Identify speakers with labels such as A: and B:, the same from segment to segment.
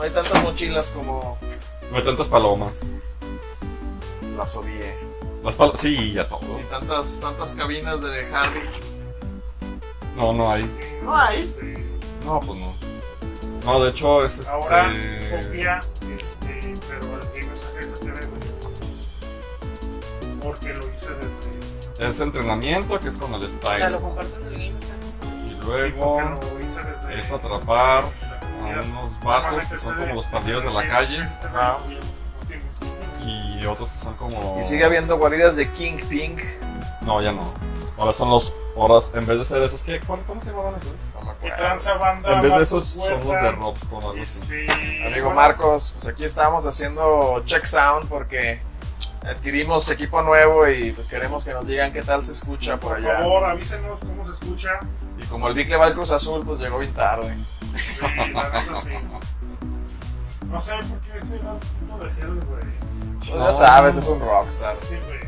A: hay tantas mochilas como
B: Hay tantas palomas.
A: las odié.
B: Las pal- sí, ya todo.
A: Y tantas, tantas cabinas de Harry.
B: No, no hay.
A: No hay.
B: No, pues no. No, de hecho es este...
C: Ahora copia, este, pero el mensaje se queda en- Porque lo hice desde.
B: Es entrenamiento, que es con el
D: O sea, lo
B: style.
D: comparten en el game. o sea, no
B: Y
C: sí,
B: luego
C: porque lo hice desde.
B: es atrapar
C: la
B: a
C: comunidad.
B: unos vatos
C: Normalmente
B: que
C: se
B: son
C: ve-
B: como los pandilleros de la calle
C: Ajá. Últimos.
B: y otros que son como...
A: Y sigue habiendo guaridas de King Pink.
B: No, ya no. Ahora son los... Ahora, en vez de ser esos, ¿qué? ¿Cuál- ¿Cómo se llamaban esos? No me
C: Que
B: acuerdo.
C: tranza banda.
B: En vez de
C: vatos
B: esos son los de
C: huerta,
B: Rob con algo así.
C: Este.
A: Amigo
C: bueno,
A: Marcos, pues aquí estamos haciendo check sound porque adquirimos equipo nuevo y pues queremos que nos digan qué tal se escucha por
C: Por
A: allá.
C: favor, avísenos cómo se escucha.
A: Y como el Vic le va al Cruz Azul, pues llegó bien tarde.
C: Sí, Eh, la neta sí. No sé por qué ese era no decirle, güey.
A: Pues
B: No.
A: ya sabes, es un rockstar.
C: Sí, güey.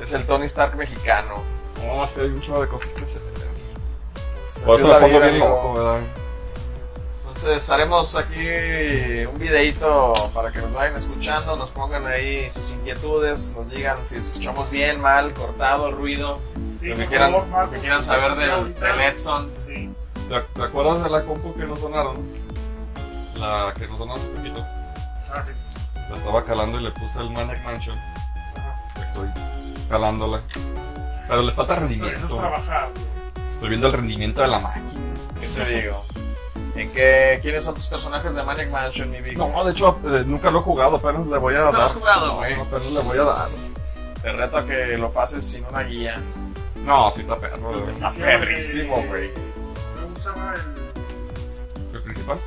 A: Es el Tony Stark mexicano.
B: No, es que hay un chorro de cosas que se...
C: Este,
B: Por eso
A: la
B: me pongo
A: vida,
B: bien
A: amigo.
B: loco, ¿verdad?
A: Entonces haremos aquí un videito para que nos vayan escuchando, nos pongan ahí sus inquietudes, nos digan si escuchamos bien, mal, cortado, ruido,
C: sí,
A: lo
C: por
A: que quieran,
C: favor,
A: lo
C: Marcos,
A: que quieran saber del,
C: ahorita.
A: del Edson.
C: Sí,
B: ¿Te, te acuerdas de la compu que nos donaron? La que nos donaron hace poquito.
C: ah, sí.
B: La estaba calando y le puse el Maniac Mansion.
C: Ajá.
B: Estoy calándola. Pero le falta
C: Entonces,
B: rendimiento.
C: trabajar, güey.
B: Estoy viendo el rendimiento de la máquina.
A: ¿Qué te digo? ¿En qué, ¿Quiénes son tus personajes de Maniac Mansion, mi Vic?
B: No, de hecho, eh, nunca lo he jugado, apenas le voy a
A: ¿No lo
B: dar.
A: has jugado, güey?
B: No, apenas le voy a dar.
A: Te reto a que lo pases sin una guía.
B: No, sí está perro. eh.
A: Está perrísimo, güey.
C: Yo usaba el.
B: ¿El principal?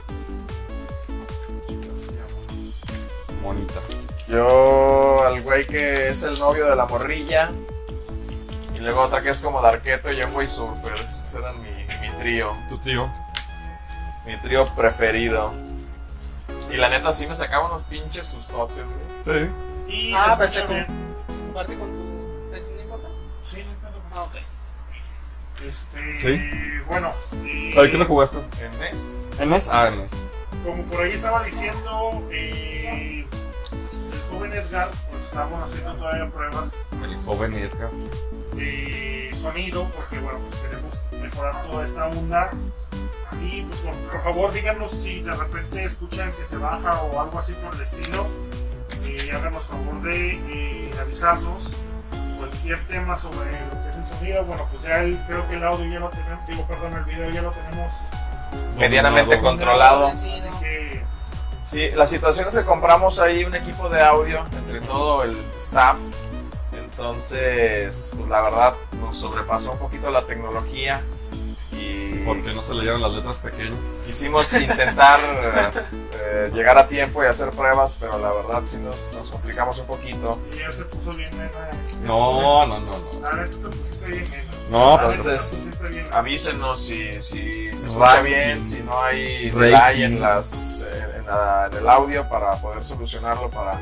B: Monita.
A: Yo al güey que es el novio de la morrilla. Y luego otra que es como Darketo y un güey surfer. Ese era mi, mi trío.
B: Tu tío.
A: Mi trío preferido. Y la neta sí me sacaban unos pinches sustotes, güey.
B: Sí.
C: Y
D: Ah,
C: se
D: pero
C: escucha
D: se com-
C: bien.
D: se comparte con tu. ¿No importa?
C: Sí, no hay pedo.
D: Ah, ok.
C: Este.
B: Sí.
C: Bueno, y
B: ¿A qué lo jugaste?
A: En NES.
B: ¿En NES? Ah, en NES.
C: como por ahí estaba diciendo, eh, el joven Edgar, pues estamos haciendo todavía pruebas
B: El joven Edgar.
C: de sonido, porque bueno, pues queremos mejorar toda esta onda. Y pues por, por favor díganos si de repente escuchan que se baja o algo así por el estilo. Eh, háganos favor de eh, avisarnos cualquier tema sobre lo que es el sonido. Bueno, pues ya el- creo que el audio ya lo tenemos, digo, perdón, el video ya lo tenemos.
A: Medianamente
B: Dominado.
A: controlado.
D: Sí,
C: Así
D: no.
C: que
A: Sí, la situación es que compramos ahí un equipo de audio entre todo el staff. Entonces, pues la verdad nos sobrepasó un poquito la tecnología. Y
B: Porque no se leyeron las letras pequeñas.
A: Quisimos intentar eh, llegar a tiempo y hacer pruebas, pero la verdad sí nos, nos complicamos un poquito.
C: ya se puso bien nena. este,
B: No, no, no, no.
C: La neta tú te pusiste bien nena.
B: No,
C: La neta,
B: pues
C: te
A: entonces,
C: pusiste bien nena.
A: Avísenos si, si se escucha
B: Rating.
A: bien, si no hay
B: Rating.
A: delay en, las, eh, en, la- en el audio para poder solucionarlo para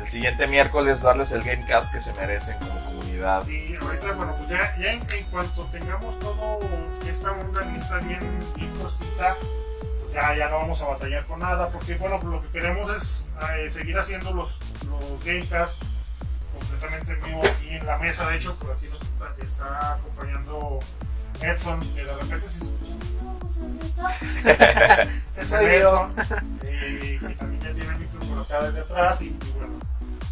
A: el siguiente miércoles darles el Gamecast que se merecen como comunidad.
C: Sí, ahorita, bueno, pues ya, ya en, en cuanto tengamos todo esta onda lista bien, bien puestita, pues ya, ya no vamos a batallar con nada, porque bueno, pues lo que queremos es eh, seguir haciendo los, los gamecasts completamente en vivo aquí en la mesa. De hecho, por aquí nos está, está acompañando Edson, que de repente se escucha.
A: soy
C: Se sabe
A: yo.
C: Edson, eh, que también ya tiene el micro por acá desde atrás, y, y bueno,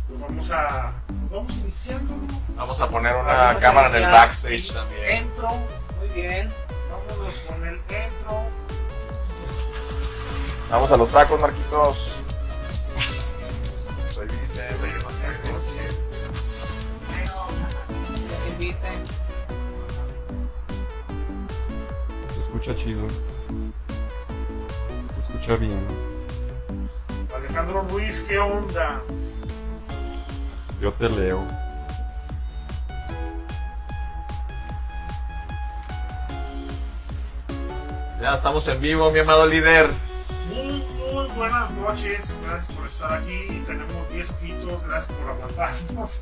C: pues vamos a, pues vamos iniciando, ¿no?
A: Vamos a Eh. poner una
C: Vamos a
A: Ah, cámara en el
D: iniciar.
A: backstage también.
C: Entro,
D: Muy bien.
C: vámonos con el entro.
A: Vamos a los tacos, Marquitos. Soy Vicente, soy de los tacos.
D: Los inviten.
B: Se escucha chido. Se escucha bien.
C: Alejandro Ruiz, ¿qué onda?
B: Yo te leo.
A: Ya estamos en vivo, mi amado líder.
C: Muy, muy buenas noches, gracias por estar aquí. Tenemos 10 ojitos, gracias por aguantarnos.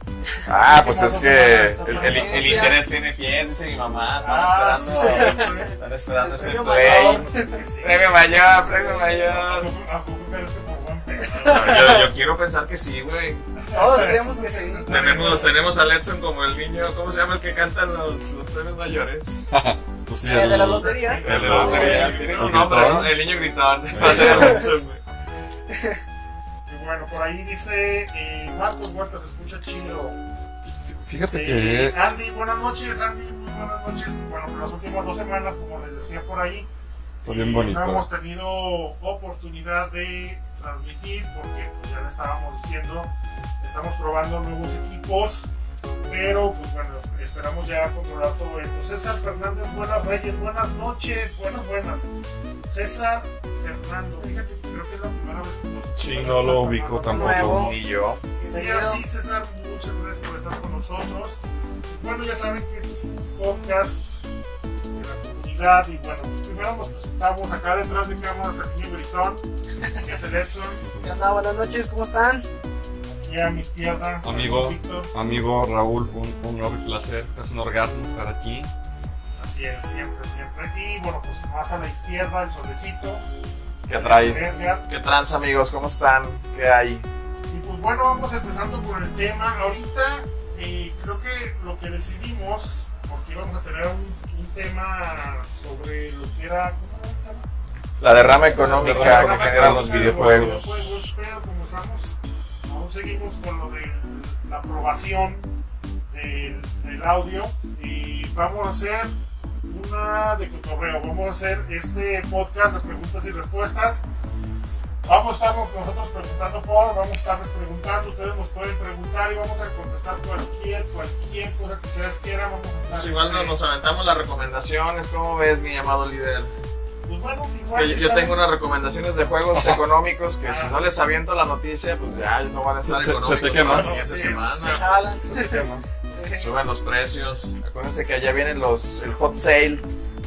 A: Ah, pues es que el, el- el
D: Paciencia.
A: interés tiene pies, dice mi mamá. Están
C: Ah,
A: esperando,
C: sí.
A: están esperando ese
D: Premio
A: play.
D: mayor.
C: pues Sí.
A: Premio mayor, premio
C: ¿A
A: mayor.
C: poco- a poco crees que por buen pedo?
A: Yo, yo quiero pensar que sí, güey.
D: Todos creemos que sí.
A: Tenemos, tenemos a Letson como el niño, ¿cómo se llama el que canta los, los premios mayores?
B: Pues sí,
D: El Eh, de la
B: el-
D: lotería. Ah,
B: El de la
A: No,
B: lotería.
A: güey, tiene
B: El
A: un nombre,
B: gritón.
A: ¿no? El niño gritón. Va a ser Letson, güey.
C: Y bueno, por ahí dice eh, Marcos Huerta, se escucha chido.
B: Fíjate
C: Eh,
B: que.
C: Andy, buenas noches, Andy, muy buenas noches. Bueno, por las últimas dos semanas, como les decía por ahí,
B: Está bien
C: eh,
B: bonito.
C: no hemos tenido oportunidad de transmitir porque pues, ya le estábamos diciendo, estamos probando nuevos equipos, pero pues bueno, esperamos ya controlar todo esto. César Fernández, buenas Reyes, buenas noches, buenas, buenas. César Fernando, fíjate, que creo que es la primera vez que nos-
B: Sí, no lo ubico
D: Nuevo.
B: tampoco.
A: Ni yo.
C: Sí,
D: Seguido.
C: así César, muchas gracias por estar con nosotros. Pues Bueno, ya saben que este es un podcast de la comunidad y bueno, primero nos presentamos acá detrás de cámaras al niño Britón, que es el Edson,
D: ¿Qué onda? Buenas noches, ¿cómo están?
C: y a mi izquierda,
B: Amigo.
C: Víctor.
B: Amigo Raúl, un, un honor y placer. Es un orgasmo estar aquí.
C: Así es, siempre, siempre. Y bueno, pues más a la izquierda, el solecito.
A: ¿Qué trae?
C: Edgar.
A: ¿Qué trans, amigos? ¿Cómo están? ¿Qué hay?
C: Y pues bueno, vamos empezando con el tema. Ahorita eh, creo que lo que decidimos, porque íbamos a tener un, un tema sobre lo que era... ¿cómo era el tema?
A: La derrama económica
B: La derrama
A: que
B: económica
A: generan
B: de
A: los
B: los
A: videojuegos.
C: videojuegos, pero como estamos, aún seguimos con lo de la aprobación del, del audio y vamos a hacer una de cotorreo. Vamos a hacer este podcast de preguntas y respuestas. Vamos a estar nosotros preguntando por, vamos a estarles preguntando, ustedes nos pueden preguntar y vamos a contestar cualquier, cualquier cosa que ustedes quieran. Vamos a estar,
A: Pues igual
C: este,
A: no- nos aventamos las recomendaciones. ¿Cómo ves, mi llamado líder?
C: pues bueno,
A: Es
C: igual
A: que yo, yo
C: está-
A: tengo unas recomendaciones de juegos económicos que si no les aviento la noticia, pues ya no van a estar
B: Se- se te
A: económicos para
B: quema.
A: la siguiente
C: Sí,
D: Se
A: semana.
D: sabe las- Sí.
A: Suben los precios. Acuérdense que allá vienen los el hot sale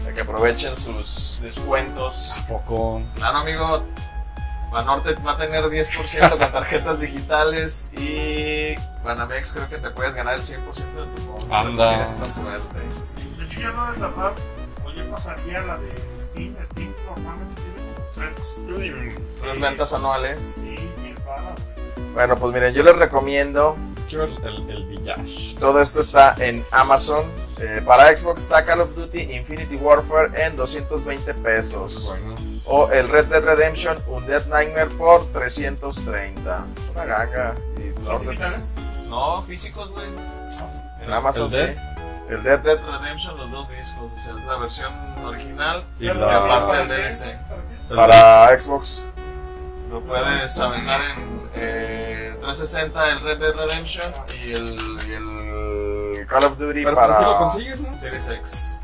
A: para que aprovechen sus descuentos.
B: Poco.
A: Claro, amigo. Banorte va a tener 10% con tarjetas digitales y Banamex creo que te puedes ganar el 100% de tu compra.
B: Anda.
A: si tienes esa suerte.
C: De hecho, ya no de la PAM, hoy ya pasaría la de Steam. Steam normalmente tiene como tres.
A: Tres ventas anuales.
C: Sí, bien rara.
A: Bueno, pues miren, yo les recomiendo
B: Quiero el, el, el Village.
A: Todo esto está en Amazon. Eh, para Xbox está Call of Duty Infinity Warfare en 220 pesos.
B: Bueno,
A: O el Red Dead Redemption Undead Nightmare por 330. Es una ganga. Y
C: ¿Son
A: orden-
C: digitales?
A: eh? No, físicos, güey. En
B: ¿El
A: Amazon
B: Dead?
A: sí. El Dead Dead Redemption, los dos discos. O sea, es la versión original.
B: Y
C: Ya
B: la-
C: lo
A: y aparte
C: vi.
A: el DLC.
B: el-
A: Para Xbox lo puedes aventar en eh, 360 el Red Dead Redemption y el, y el Call of Duty
B: Pero
A: para...
B: si lo consigues, ¿no?
A: Series X.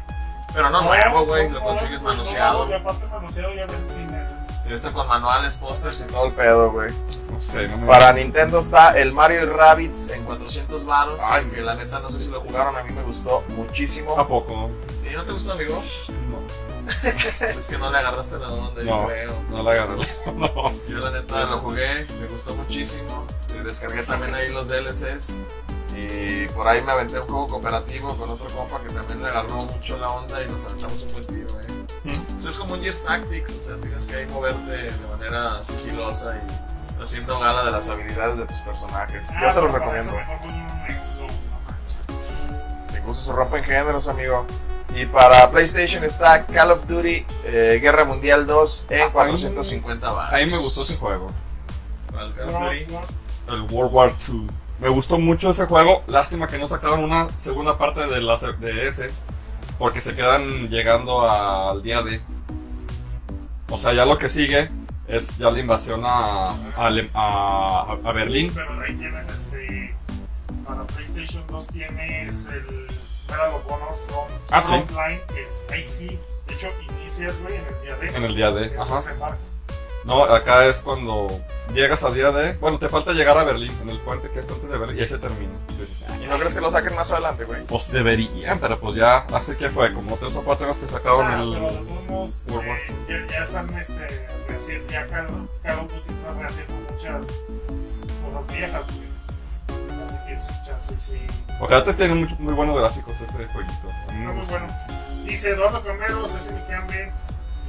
A: Pero no nuevo, güey, lo
C: no,
A: consigues
C: no, no,
A: manoseado.
C: Y aparte manoseado ya ves sin el.
A: Este con manuales, pósters y todo el pedo, güey.
B: No sé, no me
A: Para Nintendo está el Mario y Rabbids en 400 baros. que la neta no sé si lo jugaron, a mí me gustó
B: ¿A
A: muchísimo.
B: poco?
A: Si no te gustó, amigo,
B: No,
A: pues es que no le agarraste la onda, yo
B: No.
A: creo.
B: no la agarré. No.
A: Yo la neta lo jugué, me gustó muchísimo. Eh, Descargué también ahí los DLCs. Y por ahí me aventé un juego cooperativo con otro compa que también le agarró mucho la onda y nos aventamos un buen tiro, eh.
B: Mm.
A: Pues es como un Gears Tactics, o sea, tienes que ahí moverte de manera sigilosa y haciendo gala de las habilidades de tus personajes. Yo
C: Ah,
A: se los
C: no, para
A: recomiendo.
C: eso mejor voy a un Xbox, no manches.
A: Me gusta se rompen géneros, amigo. Y para PlayStation está Call of Duty eh, Guerra Mundial 2 en
B: Ah, ahí-
A: 450 baros.
B: A mí me gustó ese juego.
A: ¿Cuál, Call of
C: No,
A: Duty?
C: no,
B: El World War II. Me gustó mucho ese juego. Lástima que no sacaron una segunda parte de, la, se- de ese. Porque se quedan llegando al día de. O sea, ya lo que sigue es ya la invasión a, a, Ale- a- a Berlín.
C: Pero ahí tienes este. Para PlayStation 2 tienes el Medal of Honor from
B: Ah, sí.
C: Frontline, que es ahí sí. De hecho, inicias, güey, en el día de.
B: En el día de. Ajá.
C: Se marca.
B: No, acá es cuando llegas a día de. Bueno, te falta llegar a Berlín, en el puente que es antes de Berlín, y ahí se termina. Entonces, ah, ya
A: ¿No crees que lo saquen más adelante, güey?
B: Pues deberían, pero pues ya hace que fue como tres o cuatro años que sacaron
C: Ah,
B: el.
C: pero los mismos,
B: World War.
C: eh, ya, ya están este, rehaciendo, ya Call Call of Duty está rehaciendo muchas cosas viejas, güey. Así que es chance, sí.
B: Porque antes tiene muy, muy buenos gráficos ese jueguito. A mí
C: Está
B: me
C: muy
B: gusta.
C: bueno. Dice Eduardo Camero, ese mi cambio.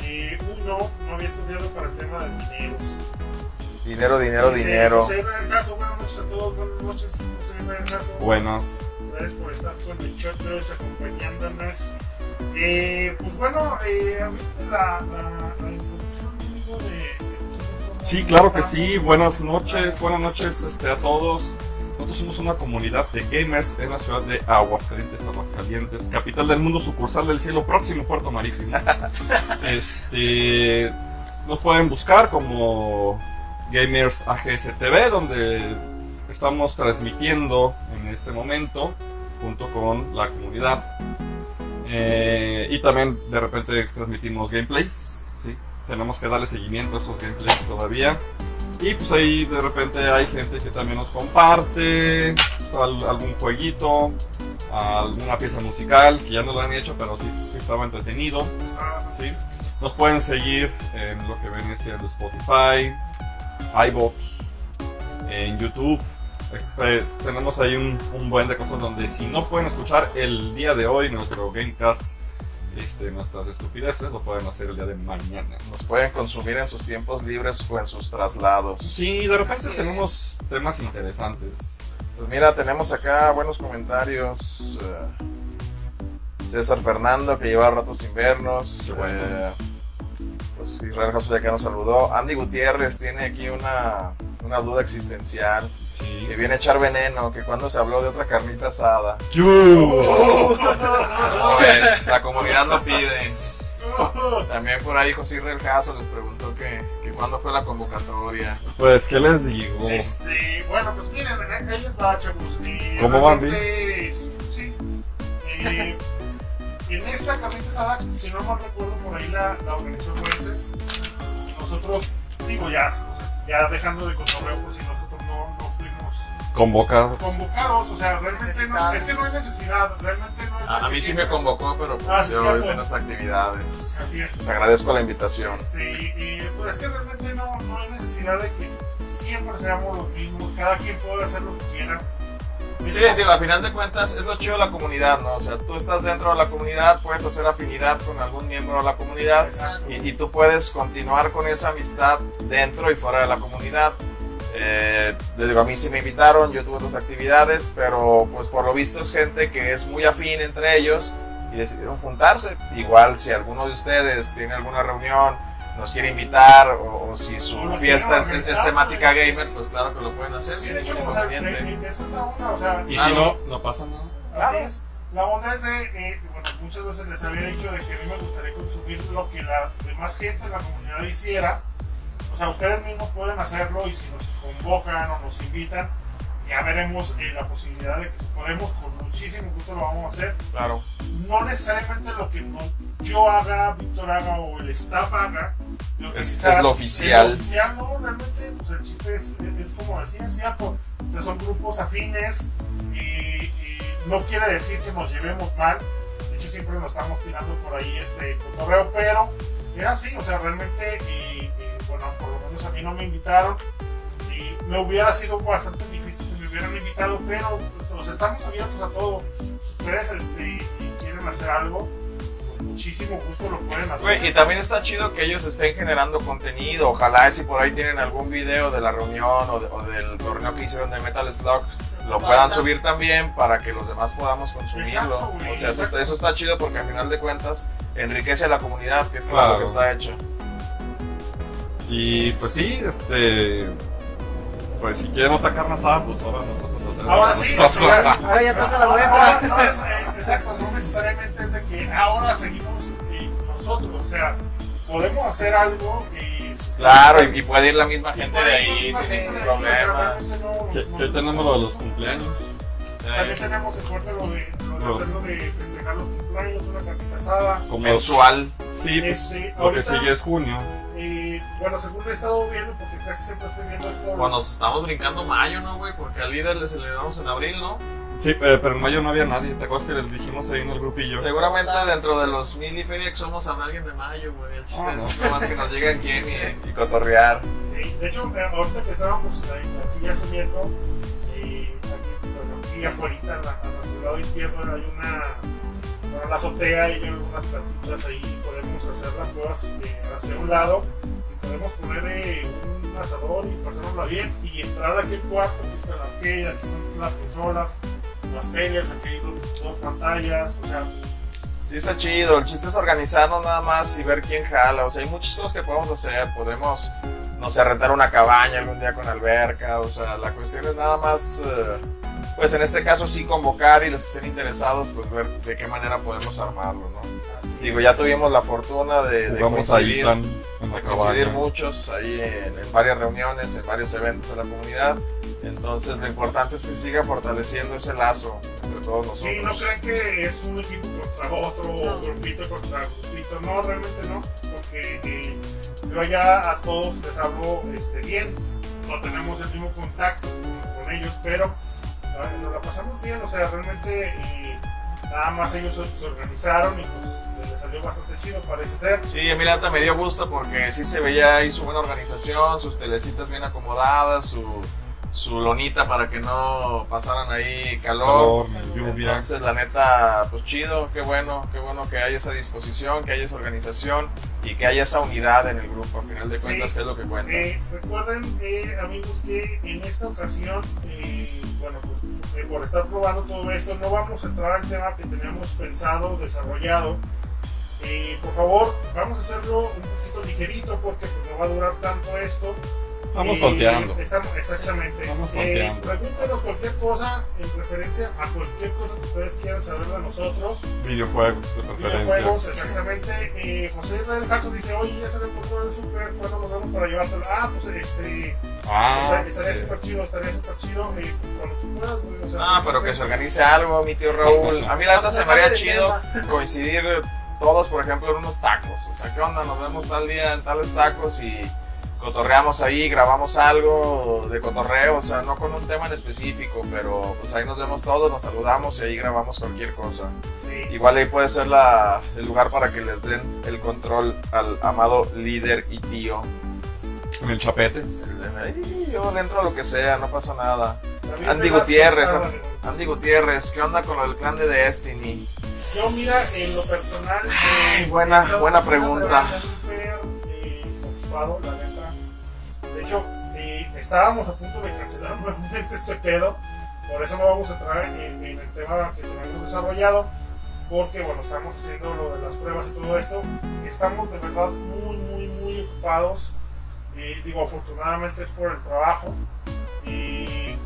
C: Y eh, uno, no había estudiado para el tema de dineros.
A: Dinero, dinero,
C: Dice,
A: dinero.
C: José Bergazo, buenas noches a todos, buenas noches, José Bergazo.
B: Buenos.
C: Gracias por estar con nosotros, acompañándonos. Eh, pues bueno, eh, ahorita la, la, la introducción digo, de, de quiénes somos,
B: Sí,
C: dónde
B: claro que
C: estamos.
B: sí. Buenas noches, buenas noches este, a todos. Nosotros somos una comunidad de gamers en la ciudad de Aguascalientes, Aguascalientes, capital del mundo, sucursal del cielo próximo, puerto marítimo. Este, nos pueden buscar como Gamers AGSTV, donde estamos transmitiendo en este momento junto con la comunidad. Eh, y también de repente transmitimos gameplays. ¿sí? Tenemos que darle seguimiento a esos gameplays todavía. Y pues ahí de repente hay gente que también nos comparte al- algún jueguito, alguna pieza musical que ya no lo han hecho, pero sí, sí estaba entretenido.
C: Ah,
B: ¿sí? Nos pueden seguir en lo que viene siendo Spotify, iBox, en YouTube. Eh, Tenemos ahí un, un buen de cosas donde si no pueden escuchar el día de hoy nuestro Gamecast, este, nuestras estupideces, lo pueden hacer el día de mañana.
A: Nos pueden consumir en sus tiempos libres o en sus traslados.
B: Sí, de repente
D: Así es.
B: tenemos temas interesantes.
A: Pues mira, tenemos acá buenos comentarios. eh, César Fernando, que lleva rato sin vernos.
B: Qué bueno.
A: eh, pues Israel Jasso ya que nos saludó. Andy Gutiérrez tiene aquí una, una duda existencial.
B: Sí.
A: Que viene a echar veneno, que cuando se habló de otra carnita asada. Oh. Pues, la comunidad lo pide. También por ahí José Israel Jasso les preguntó que, que cuándo fue la convocatoria.
B: Pues, ¿qué les digo?
C: Este, bueno, pues miren, acá ellos va, chavos. Eh,
B: ¿Cómo van,
C: realmente, Sí, sí. Eh, en esta carnita asada, si no mal recuerdo, por ahí la, la organizó jueces. Y nosotros, digo, ya, o sea, ya dejando de cotorreo, pues si nosotros no, no fuimos
B: Convoca.
C: convocados, o sea, realmente no,
D: Necesitados.
C: es que no hay necesidad, realmente no hay
A: A, a mí sí me
C: necesidad.
A: convocó, pero pues,
C: Ah, sí,
A: yo
C: cierto.
A: en las actividades.
C: Así es.
A: Les agradezco la invitación.
C: Este, y, y, pues es que realmente no, no hay necesidad de que siempre seamos los mismos, cada quien puede hacer lo que quiera.
A: Sí, digo, a final de cuentas es lo chido de la comunidad, ¿no? O sea, tú estás dentro de la comunidad, puedes hacer afinidad con algún miembro de la comunidad
C: Exacto.
A: y, y tú puedes continuar con esa amistad dentro y fuera de la comunidad. Eh, les digo, a mí sí me invitaron, yo tuve otras actividades, pero pues por lo visto es gente que es muy afín entre ellos y decidieron juntarse. Igual si alguno de ustedes tiene alguna reunión, nos quiere invitar o, o si su
C: O lo
A: fiesta
C: quieren
A: es, es- es
C: organizar,
A: temática
C: ¿no?
A: gamer, pues claro que lo pueden hacer
C: Sí,
A: sin
C: de hecho,
A: ningún
C: o sea,
A: inconveniente.
C: eh, eh, esa es la onda, o sea,
B: Y si no,
A: Claro.
B: no pasa nada.
C: así
A: claro.
C: es. La onda es de, eh, bueno, muchas veces les había dicho de que a mí me gustaría consumir lo que la demás gente en la comunidad hiciera. O sea, ustedes mismos pueden hacerlo y si nos convocan o nos invitan, ya veremos eh, la posibilidad de que si podemos, con muchísimo gusto lo vamos a hacer.
A: Claro.
C: no necesariamente lo que no- yo haga, Víctor haga o el staff haga. de utilizar
A: es lo oficial.
C: el oficial, no, realmente, pues el chiste es, es como decía, es cierto. O sea, son grupos afines y, y no quiere decir que nos llevemos mal. De hecho, siempre nos estamos tirando por ahí este cotorreo, pero es así, o sea, realmente, y, y, bueno, por lo menos a mí no me invitaron. Y me hubiera sido bastante difícil si me hubieran invitado, pero pues, o sea, estamos abiertos a todo. Si ustedes este, y quieren hacer algo, con muchísimo gusto lo pueden hacer.
A: Güey, y también está chido que ellos estén generando contenido. Ojalá y si por ahí tienen algún video de la reunión o, de- o del torneo que hicieron de Metal Slug, lo puedan subir también para que los demás podamos consumirlo.
C: Exacto, güey,
A: O sea, eso,
C: exacto.
A: está- eso está chido porque al final de cuentas enriquece a la comunidad, que es para
B: Claro.
A: lo que está hecho.
B: Y pues sí, este. Pues si quieren otra carne asada, pues ahora nosotros hacemos.
C: Ahora sí,
B: nuestra
C: o sea,
B: propia.
D: Ahora ya toca la
C: Ahora,
A: Ah,
D: nuestra.
C: no es, eh, exacto, no necesariamente es de que ahora seguimos eh, nosotros, o sea, podemos hacer algo eh, y...
A: Claro, y, y puede ir la misma gente de ahí sin
C: Podemos hacer
A: ningún
C: algo, o sea,
A: problema.
C: realmente no-
B: ¿Qué,
C: no-
B: qué tenemos lo de los cumpleaños?
A: Eh,
C: También tenemos en cuenta lo de, lo de
B: Los-
C: hacerlo de festejar los cumpleaños, una carnita asada.
B: Como
A: mensual.
B: Sí, pues,
C: Este,
B: lo que
C: ahorita-
B: sigue es junio.
C: Eh, bueno, según lo he estado viendo, porque casi siempre estoy viendo esto.
A: Bueno, nos estamos brincando mayo, ¿no, güey? Porque al líder le celebramos en abril, ¿no?
B: Sí, eh, pero en mayo no había nadie. ¿Te acuerdas que les dijimos ahí en el grupillo?
A: Seguramente dentro de los mil y Félix somos a alguien de mayo, güey. El chiste
B: Ah, no.
A: es nomás que nos lleguen quién y, y cotorrear.
C: Sí, de hecho, eh, ahorita que estábamos ahí, aquí ya subiendo, y aquí, bueno, aquí afuera, a, a nuestro lado izquierdo, hay una, bueno, la azotea y hay unas plantitas ahí, podemos hacer las cosas eh, hacia un lado, y podemos poner eh, un asador y pasárnosla bien, y entrar aquí al cuarto, aquí está la arcade, aquí están las consolas, las teles, aquí hay dos, dos pantallas, o sea,
A: Sí, está chido. El chiste es organizarnos nada más y ver quién jala. O sea, hay muchas cosas que podemos hacer. Podemos, no sé, rentar una cabaña algún día con alberca. O sea, la cuestión es nada más, eh, pues en este caso sí convocar y los que estén interesados, pues ver de qué manera podemos armarlo, ¿no?
C: así
A: Digo, ya tuvimos la fortuna de, de
B: Jugamos ahí
A: coincidir,
B: tan en
A: de
B: la
A: coincidir
B: cabaña.
A: muchos ahí en, en varias reuniones, en varios eventos de la comunidad. Entonces, lo importante es que siga fortaleciendo ese lazo entre todos nosotros.
C: Sí, no creen que es un equipo contra otro o grupito contra grupito. No, realmente no, porque eh, yo allá a todos les hablo este, bien, no tenemos el mismo contacto con, con ellos, pero ah, nos la pasamos bien. O sea, realmente eh, nada más ellos se, se organizaron y pues les salió bastante chido, parece ser.
A: Sí, a mí la neta me dio gusto porque sí se veía ahí su buena organización, sus telecitas bien acomodadas, su, su lonita para que no pasaran ahí calor.
B: Calor, lluvia.
A: Entonces, la neta, pues chido, qué bueno, qué bueno que haya esa disposición, que haya esa organización y que haya esa unidad en el grupo. Al final de
C: Sí.
A: cuentas, es lo que cuenta.
C: Eh, recuerden, eh, amigos, que en esta ocasión, eh, bueno, pues eh, por estar probando todo esto, no vamos a entrar al tema que teníamos pensado, desarrollado. Eh, por favor, vamos a hacerlo un poquito ligerito porque pues, no va a durar tanto esto.
B: Estamos
C: Eh,
B: volteando.
C: Estamos, exactamente.
B: Estamos
C: Eh,
B: volteando.
C: pregúntenos cualquier cosa en referencia a cualquier cosa que ustedes quieran saber de nosotros.
B: Videojuegos de
C: Videojuegos,
B: preferencia.
C: exactamente. Eh, José Israel Jackson dice, oye, ya se le encontró el super, ¿cuándo nos vemos para llevártelo? Ah, pues este,
B: Ah,
C: estaría- estaría
B: sí.
C: súper chido, estaría súper chido, eh, pues cuando tú puedas, güey, o sea,
A: Ah, pero que se organice algo, mi tío Raúl. A mí la neta se me haría ah. chido coincidir todos, por ejemplo, en unos tacos. O sea, ¿qué onda? Nos vemos tal día en tales tacos y cotorreamos ahí, grabamos algo de cotorreo, o sea, no con un tema en específico, pero pues ahí nos vemos todos, nos saludamos y ahí grabamos cualquier cosa.
C: Sí,
A: Igual ahí puede ser la, el lugar para que les den el control al amado líder y tío.
B: En el chapete.
A: Ahí, yo le entro a lo que sea, no pasa nada.
C: David
A: Andy
C: Velasco
A: Gutiérrez,
C: está-
A: Andy Gutiérrez, ¿qué onda con el clan de Destiny?
C: Yo, mira, en lo personal... eh,
A: Ay, buena-
C: esta-
A: buena
C: esta
A: pregunta.
C: semana Súper eh, ocupado, la neta. De hecho, eh, estábamos a punto de cancelar nuevamente este pedo, por eso no vamos a entrar en, en el tema que tenemos desarrollado, porque, bueno, estamos haciendo lo de las pruebas y todo esto. Estamos de verdad muy, muy, muy ocupados. Eh, digo, afortunadamente es por el trabajo. Y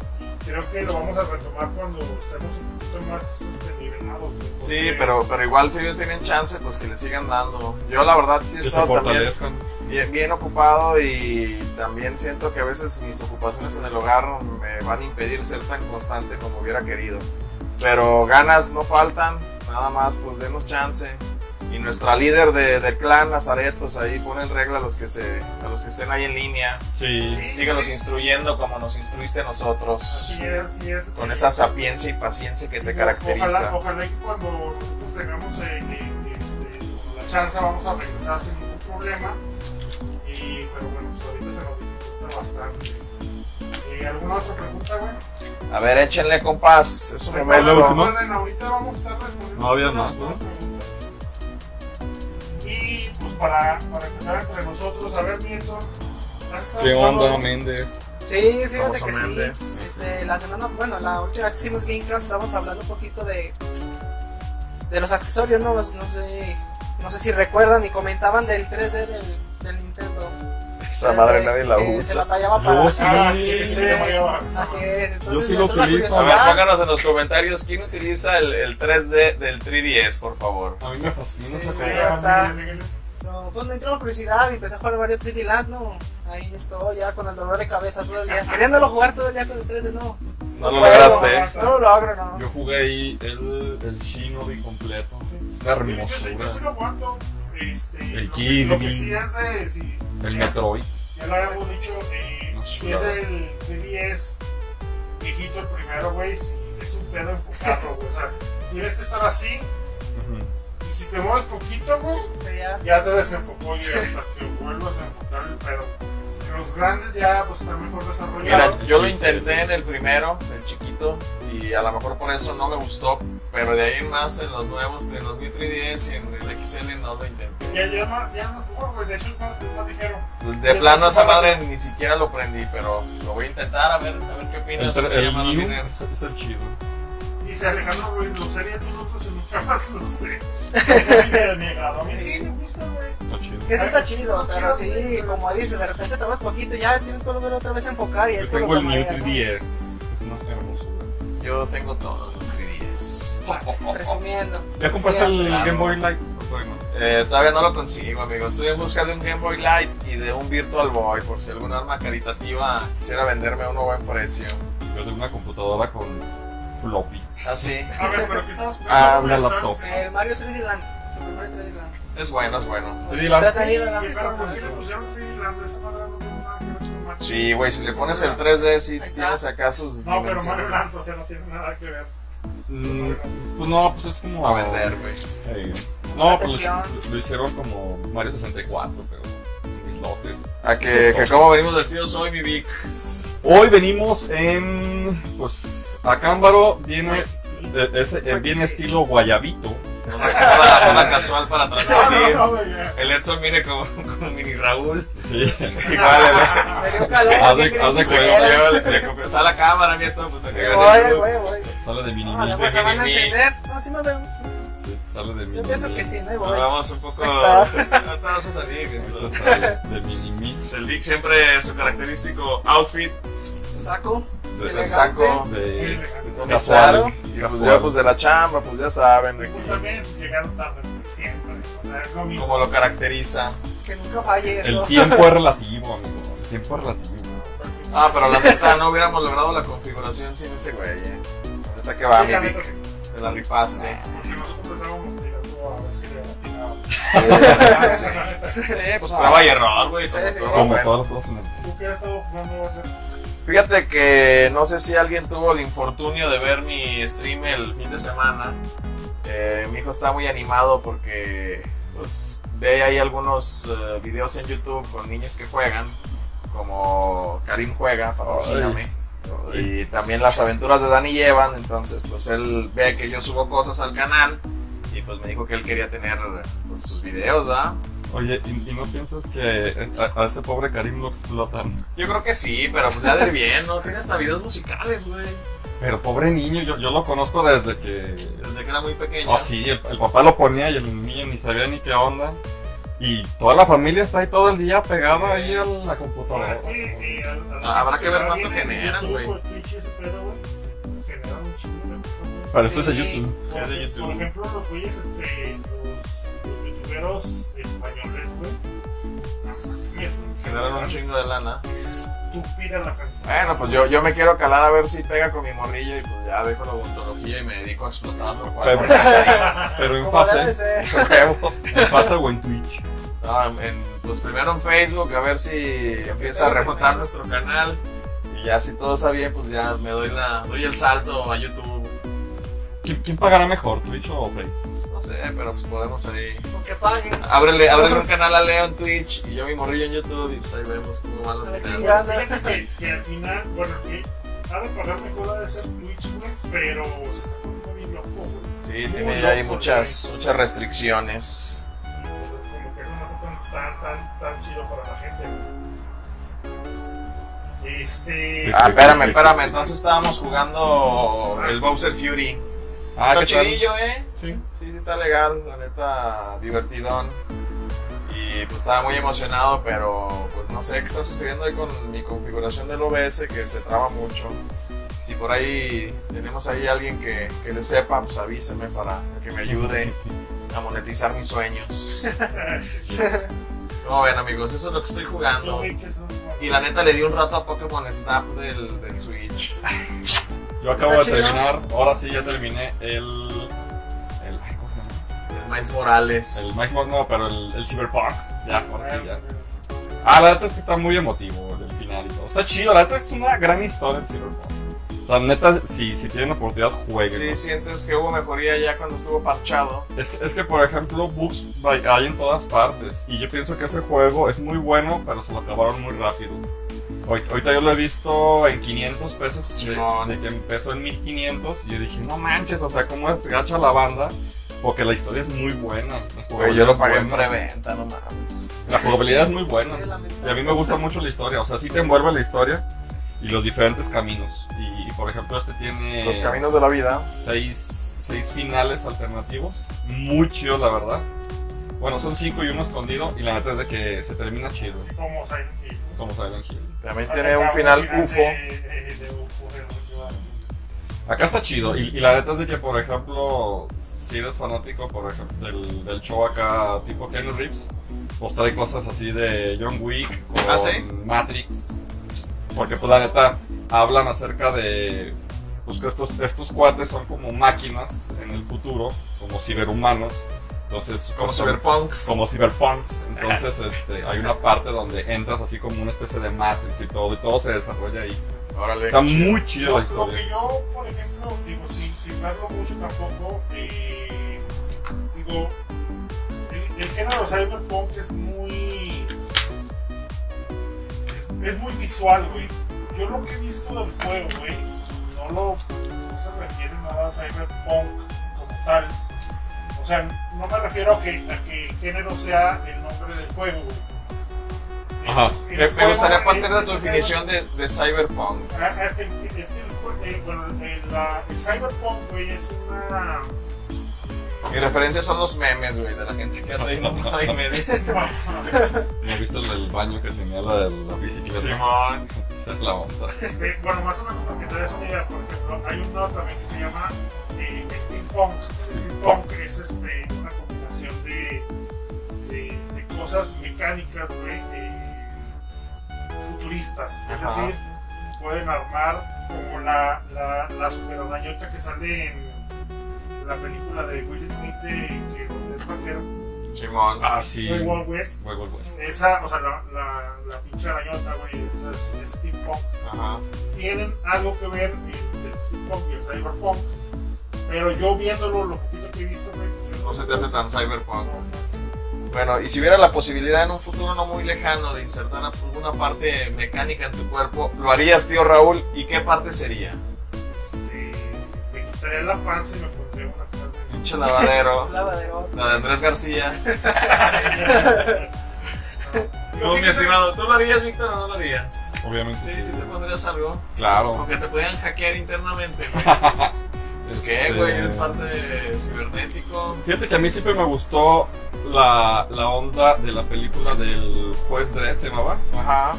C: creo que lo vamos a retomar cuando estemos un poquito más este, nivelados. güey,
A: Sí,
C: porque-
A: pero, pero igual si ellos tienen chance, pues que le sigan dando. Yo la verdad sí he
B: Que se
A: estado también
B: fortalezcan.
A: bien, bien ocupado y también siento que a veces mis ocupaciones en el hogar me van a impedir ser tan constante como hubiera querido. Pero ganas no faltan, nada más pues denos chance. Y nuestra líder de, del clan, Nazaret, pues ahí pone en regla a los que, se, a los que estén ahí en línea.
B: Sí.
C: Sí,
A: Síganos
C: sí.
A: instruyendo como nos instruiste a nosotros.
C: Así es, así es.
A: con esa sapiencia y paciencia que te
C: Ojalá,
A: caracteriza.
C: ojalá que cuando nosotros tengamos eh, eh, este, la chance vamos a regresar sin ningún problema. Y, pero bueno, pues ahorita se nos dificulta bastante. Eh, ¿Alguna otra pregunta, güey?
A: A ver, échenle compás, es un
C: Recuerden,
B: la
A: momento.
B: última.
C: recuerden, ahorita vamos a estar respondiendo
B: No había
C: todas
B: más,
C: las
B: ¿no?
C: preguntas. Y pues para, para empezar entre nosotros, a ver, Mielson, ¿has estado
B: ¿Qué
C: jugando?
B: onda, Méndez?
D: Sí,
A: Vamos
D: fíjate
A: a
D: que
A: Méndez.
D: sí. Este, la semana, bueno, la última vez que hicimos Gamecast estábamos hablando un poquito de de los accesorios, no, Los- no sé, no sé si recuerdan y comentaban del 3D del, del Nintendo.
A: Esa madre
D: 3D,
A: nadie la
D: Eh, que Se la
A: usa.
D: tallaba para.
B: Yo sí.
C: Ah, sí,
D: Ah, Sí.
C: sí, te voy a llevar.
D: Así es. Entonces,
B: Yo sí lo
D: nosotros la
B: utilizo.
A: A ver,
D: curiosidad-
A: pónganos en los comentarios quién utiliza el, el 3D del 3DS, por favor.
B: A mí me fascina
D: Sí,
B: esa
C: Sí,
B: cosa.
D: ya está.
C: sí, sí, sí.
D: Pero, pues me entró la curiosidad y empecé a jugar Mario 3D Land, no. Ahí estoy ya con el dolor de cabeza todo el día. Queriéndolo jugar todo el día con el 3D, no.
A: No lo
D: Bueno,
A: lograste. ¿eh?
D: No lo logro, no.
B: Yo jugué ahí el, el Shinobi completo.
C: Sí.
B: Una
C: Yo, yo sí, yo sí
B: hermosura.
C: lo aguanto. Este,
B: El
C: lo, que- lo que
B: Kidney.
C: sí es de. sí,
B: El
C: ya-
B: Metroid.
C: Ya lo habíamos dicho. Eh,
B: No,
C: si es
B: chulada.
C: el 10 viejito el primero, güey. Sí, es un pedo enfocarlo, güey. O sea, tienes que estar así
B: Ujú.
C: y si te mueves poquito, güey,
D: Sí, ya.
C: ya te desenfocó y hasta que vuelvas a enfocar el pedo. Los grandes ya pues están mejor desarrollados.
A: Mira, yo lo intenté en el primero, el chiquito, y a lo mejor por eso no me gustó, pero de ahí en más en los nuevos, en los 3DS y en el XL no lo intenté.
C: Ya, ya, no, ya no fue, güey. De hecho, es más, es más ligero.
A: De plano esa madre ni siquiera lo prendí, pero lo voy a intentar a ver, a ver qué
B: El,
A: opinas.
B: tre-
A: qué
B: el
A: llamada
B: New
A: tiene.
B: está, está chido.
C: Dice Alejandro, güey, lo usé 10 minutos y nunca más lo usé. No me agrado. A mí sí me gusta, güey.
B: Está chido.
D: Eso está chido,
C: Está
D: pero
C: Ah, chido, güey.
D: sí, como dices, de repente tomas poquito y ya tienes que volver otra vez a enfocar y es
B: Yo
D: cuando
B: tengo el
D: te
B: New
D: mareas, ¿no?
B: 3DS. Es una hermosura.
A: Yo tengo todos los 3DS.
B: eh.
D: Presumiendo.
B: ¿Ya compraste
D: Sí,
B: el
A: claro.
B: Game Boy Light? No, todavía no.
A: Eh, todavía no lo consigo, amigo. Estoy en busca de un Game Boy Light y de un Virtual Boy, por si alguna arma caritativa quisiera venderme a un buen precio.
B: Yo tengo una computadora con floppy.
A: Así.
C: A ver, pero ¿qué estamos
A: Ah,
B: una
C: Estamos-
B: laptop.
D: El Mario 3D Land. Super Mario 3D Land.
A: Es bueno, es bueno.
B: Te di la-
D: Trata de ir a la-
C: Llegaron porque le pusieron Freeland, esa madre no tiene nada que ver con Mario.
A: Sí, güey, si le pones el 3D, sí
D: Ahí está.
A: tienes acá sus.
C: No, pero Mario
A: dimensiones.
C: Land, o sea, no tiene nada que ver.
B: Mm, Pues no, pues es como.
A: A vender, güey.
B: Eh, no, pues lo,
D: Atención.
B: lo hicieron como Mario 64, pero en mis lotes.
A: A que, que como venimos vestidos hoy, mi Vic.
B: Hoy venimos en. Pues a Cámbaro viene. eh, ese, eh, viene estilo guayabito.
A: Nos dejamos la zona casual para
C: No,
A: transmitir.
C: no, no, güey, ya.
A: El Edson viene como, como mini Raúl.
B: Sí.
A: Igual,
D: Me dio calor.
B: Haz de-
D: ¿qué
B: haz
D: creen
A: le,
B: de cuenta.
D: que hiciera?
A: le, le, le confesó a la cámara, mi Edson. Pues,
D: Sí, Voy, voy, voy.
B: Sale de mini
D: No, Ah, la
A: pues,
D: se van a
A: mini.
D: encender. No, sí me veo.
B: Sí, Sale de mini
D: Yo pienso que sí, no
A: Nos
D: voy.
A: vamos un poco.
D: Ahí
A: Ahorita vamos a salir. Edson.
B: Sale de mini mi.
A: Pues el Vic siempre su característico outfit.
D: Su
A: eh.
D: saco.
B: Sí,
A: El
D: elegante.
A: saco.
B: De.
A: Casual.
B: Casual.
A: Y pues ya pues de la chamba, pues ya saben. de
C: Pues
A: que-
C: también llegaron tarde, siempre. O sea, es lo mismo.
A: Como lo caracteriza.
D: Que nunca falle
B: El
D: eso.
B: tiempo es relativo, amigo. El tiempo es relativo.
A: Ah, pero la neta no hubiéramos logrado la configuración sin ese güey, eh. La neta que va,
C: Sí,
A: mi
C: la
A: Vic.
C: neta, sí.
A: Te la rifaste.
C: Porque nosotros pensábamos que iba a ver si le atinaba.
A: Sí,
C: La neta, sí.
B: eh,
A: pues prueba y error, güey.
D: Sí,
A: como
D: sí.
A: todo,
B: Como
A: güey.
B: todas las cosas en el
C: ¿Tú qué has estado jugando? Roger?
A: Fíjate que no sé si alguien tuvo el infortunio de ver mi stream el fin de semana. Eh, mi hijo está muy animado porque pues, ve ahí algunos eh, videos en YouTube con niños que juegan, como Karim juega, patrocíname. Y también las aventuras de Dani llevan, entonces pues él ve que yo subo cosas al canal y pues me dijo que él quería tener pues, sus videos, ¿verdad?
B: Oye, ¿y, y no piensas que eh, a, a ese pobre Karim lo explotan?
A: Yo creo que sí, pero pues ya de bien, ¿no? Tiene hasta videos musicales, güey.
B: Pero pobre niño, yo, yo lo conozco desde que...
A: Desde que era muy pequeño.
B: Oh, sí, el, el papá lo ponía y el niño ni sabía ni qué onda. Y toda la familia está ahí todo el día pegada ahí a la
C: Ahora
B: computadora.
C: es que, eh, al- al-
A: Ah, Habrá que ver
C: ahora
A: cuánto
C: viene
A: generan,
C: YouTube,
A: güey.
C: Twitch y ese pedo, güey, generan un chingo de-
B: Pero esto es de
D: Sí.
B: YouTube.
C: Por,
A: Ah, Es de YouTube.
C: por ejemplo, los güeyes, este, los, los youtuberos españoles, güey. me-
A: Generaron un chingo de lana.
C: Es estúpida la cantidad.
A: Bueno, pues yo, yo me quiero calar a ver si pega con mi morrillo y pues ya dejo la odontología y me dedico a explotarlo. ¿cuál?
B: Pero en
D: Como debe
B: fase,
D: ser.
B: en fase o en Twitch.
A: No, en- en- pues primero en Facebook a ver si empieza a remontar nuestro canal y ya si todo está bien pues ya me doy la doy el salto a YouTube.
B: ¿Qui- ¿Quién pagará mejor, Twitch o Face?
A: Pues no sé, pero pues podemos ahí.
D: Con que paguen.
A: Ábrele, ábrele un canal a Leo en Twitch y yo mi morrillo en YouTube y pues ahí vemos cómo van los canales.
D: Chingando.
C: Fíjate que, que al final, bueno, que ha de pagar mejor ha de ser Twitch, güey, pero se está poniendo bien loco, güey.
A: Sí, tiene ya ahí muchas, muchas restricciones.
C: Entonces, como que no fue tan, tan, tan, tan chido para la gente. güey. Este.
A: Ah, espérame, espérame, entonces estábamos jugando el Bowser Fury.
B: Ah,
A: está
B: ¿qué tal?
A: chidillo, eh.
B: Sí.
A: Sí, sí está legal, la neta, divertidón. Y pues estaba muy emocionado, pero pues no sé qué está sucediendo ahí con mi configuración del OBS que se traba mucho. Si por ahí tenemos ahí alguien que, que le sepa, pues avíseme para que me ayude a monetizar mis sueños. Como ven amigos, eso es lo que estoy
C: Yo
A: jugando.
C: vi que eso
A: Y la neta le di un rato a Pokémon Snap del, del Switch.
B: Yo acabo
D: ¿Está
B: de
D: chido?
B: terminar, ahora sí ya terminé el... el ay, ¿cómo se llama?
A: El Miles Morales.
B: El Mike Moore no, pero el, el Cyberpunk. Ya, por sí, ya. Ah, la neta es que está muy emotivo el final y todo. Está chido, la neta es una gran historia el Cyberpunk. La neta, si, si tienen oportunidad, jueguen.
A: Sí, sientes que hubo mejoría ya cuando estuvo parchado.
B: Es, que- es que, por ejemplo, bugs hay hay en todas partes. Y yo pienso que ese juego es muy bueno, pero se lo acabaron muy rápido. Hoy- Ahorita yo lo he visto en 500 pesos. de-
A: Simón.
B: De, que empezó en 1500. Y yo dije, no manches, o sea, cómo es gacha la banda. Porque la historia es muy buena. la
A: Güey,
B: jugabilidad
A: yo lo
B: es
A: pagué en
B: buena.
A: preventa, no mames.
B: La jugabilidad es muy
D: Sí,
B: buena. Y
D: lamentable.
B: a mí me gusta mucho la historia. O sea, sí te envuelve la historia y los diferentes caminos. Y, por ejemplo, este tiene.
A: Los caminos de la vida.
B: seis, seis finales alternativos. Muy chidos, la verdad. Bueno, son cinco y uno escondido. Y la neta es de que se termina chido.
C: Así como Silent Hill.
B: Como Silent Hill.
A: También
C: Acá
A: tiene un
C: acá
A: final
C: de-
A: UFO.
C: de- de UFO, de UFO, así.
B: Acá está chido. Y, y la neta es de que, por ejemplo, si eres fanático por ejemplo, del, del show acá tipo Ken Reeves, pues trae cosas así de John Wick con
A: Ah, ¿sí?
B: Matrix. Porque pues la neta hablan acerca de pues que estos, estos cuates son como máquinas en el futuro, como ciberhumanos. Entonces,
A: Como
B: pues,
A: Cyberpunks.
B: como cyberpunks. Entonces, este, hay una parte donde entras así como una especie de Matrix y todo, y todo se desarrolla ahí.
A: Órale.
B: Está
A: qué chido.
B: muy chida
C: Lo,
B: la
C: lo
B: historia.
C: que yo, por ejemplo, digo, sin, sin verlo mucho tampoco, eh, digo, el, el género cyberpunk es muy. Es, es muy visual, güey. Yo lo que he visto del juego, güey, no lo. No se refiere nada a cyberpunk como tal. O sea, no me refiero a que, a que el género sea el nombre del juego, güey.
B: Ajá.
A: Me,
C: El
A: me
C: juego-
A: gustaría partir
C: el-
A: de tu
C: el-
A: definición de, de Cyberpunk.
C: Ah, Es que, es que el, eh, bueno, el, la- el cyberpunk, güey, es una...
A: Mi referencia son los memes, güey, de la gente que hace ahí mamada y media.
B: ¿No viste el del baño que tenía la, la bicicleta?
A: Simón.
B: Esa es la onda.
C: Este, bueno, más o menos para que te des una idea, por ejemplo, hay un lado también que se llama eh, steampunk. Steampunk es este, una combinación de, de- de cosas mecánicas, güey, eh, futuristas. Es
A: Ajá.
C: decir, pueden armar como la, la, la superarañota que sale en la película de Will Smith, de, que es vaquero,
A: Simón.
B: Ah, sí.
C: de Wild West.
B: Juego, pues.
C: Esa, o sea, la, la, la pinche arañota, güey, esa es, es steampunk
A: Ajá.
C: tienen algo que ver el, el steampunk y el cyberpunk, pero yo viéndolo, lo poquito que he visto, güey, pues, yo
A: No se te hace tan cyberpunk.
C: No, no sé.
A: Bueno, y si hubiera la posibilidad en un futuro no muy lejano de insertar alguna parte mecánica en tu cuerpo, ¿lo harías, tío Raúl? ¿Y qué parte sería?
C: Este, me quitaría la panza y me pondría una
A: Pinche lavadero,
D: Hablaba de otro.
A: la de Andrés García.
C: carne.
A: No, mi estimado, ¿tú lo harías, Víctor, o no lo harías?
B: Obviamente.
A: Sí, sí te pondrías algo.
B: Claro.
A: Aunque te pudieran hackear internamente, güey. ¿Es
B: Este-
A: que, güey? Eres parte cibernético.
B: Fíjate que a mí siempre me gustó la, la onda de la película del juez Dredd, se llamaba.
A: Ajá.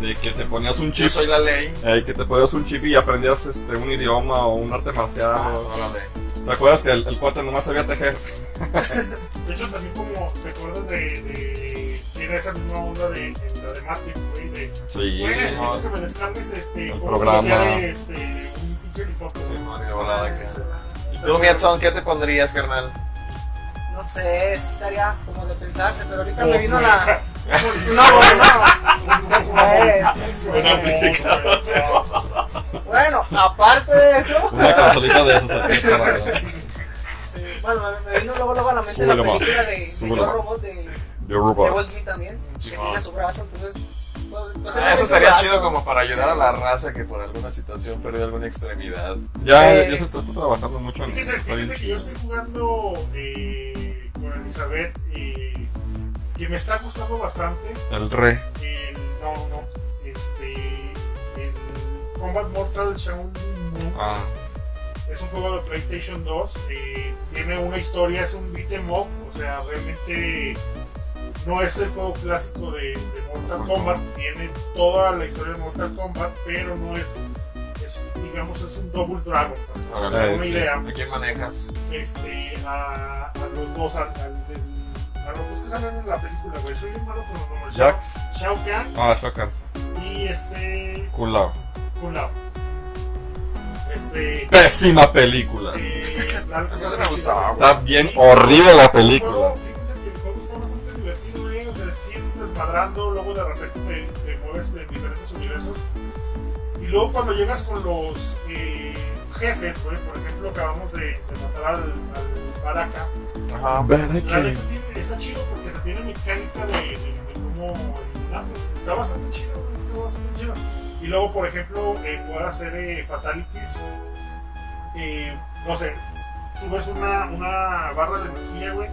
B: De que te ponías un
A: Yo
B: chip.
A: soy la ley.
B: eh, que te ponías un chip y aprendías este, un idioma o un arte marcial.
A: Ah, Órale.
B: ¿Te acuerdas que el, el cuate nomás sabía tejer?
C: De hecho, también como te acuerdas de, de- era esa misma onda de, de la de Matrix, güey, de,
B: Sí.
C: güey, necesito
A: no.
C: que me descargues este,
B: El
C: cómo
B: programa.
C: bloquear, este, un pinche helicóptero.
A: Sí, no, ni de
D: No
A: volada,
D: sé,
A: que-
D: se va.
A: ¿Y tú, Mietson, qué te pondrías, carnal?
D: No sé, sí estaría como de pensarse, pero ahorita
C: Como
D: me vino
C: su
D: la.
C: hija.
D: No, no,
C: Bueno, aplicado.
D: no. Bueno, aparte de eso.
B: Una consolita de esas. aquí, para-
D: sí, bueno, me, me vino luego, luego a la mente la
B: Súbele más,
D: película de, de
B: súbele
D: Yo
B: más.
D: Robot de, de
B: De Robot.
D: Will Smith también, que
A: Simón.
D: tiene su brazo, entonces. pues, pues,
A: Ah,
D: el
A: eso estaría
D: brazo.
A: chido como para ayudar a la raza que por alguna situación perdió alguna extremidad.
B: Ya, ya se está, está trabajando mucho en
C: Fíjense,
B: está bien
C: fíjense que yo estoy jugando eh, con Elizabeth eh, que me está gustando bastante.
B: El rey.
C: El, no, no, este, el Combat Mortal Shaun Moon
B: Ah.
C: es un juego de PlayStation 2. eh, tiene una historia, es un beat 'em up, o sea, realmente no es el juego clásico de, de Mortal Kombat. Tiene toda la historia de Mortal Kombat, pero no es, es digamos, es un Double Dragon. o sea,
B: Ah,
C: para una
B: sí.
C: idea
A: ¿A quién manejas?
C: este, a, a los dos, al- al del- a, los dos que salen en la película, güey. Soy bien malo con los nombres. Shao-
B: Jax.
C: Shao Kahn
B: Ah, Shocker.
C: y este.
B: Kulao.
C: Kung Lao. Este.
B: Pésima película.
C: eh, la-
A: Eso
C: esa
A: me
C: la-
A: gustaba,
B: Está bien horrible la película.
C: El juego, fíjense que el juego está bastante divertido, güey. O sea, sí estás desmadrando, luego de repente te, te mueves en diferentes universos. Y Y luego cuando llegas con los eh, jefes, güey, por ejemplo, acabamos de, de matar al, al Baraka.
A: Ajá.
C: La neta tiene- está chido porque se tiene mecánica de, de- de cómo eliminarlo. Está bastante chido, güey, está bastante chido. Y luego, por ejemplo, eh, poder hacer eh, fatalities. eh, no sé, subes una, una barra de energía, güey,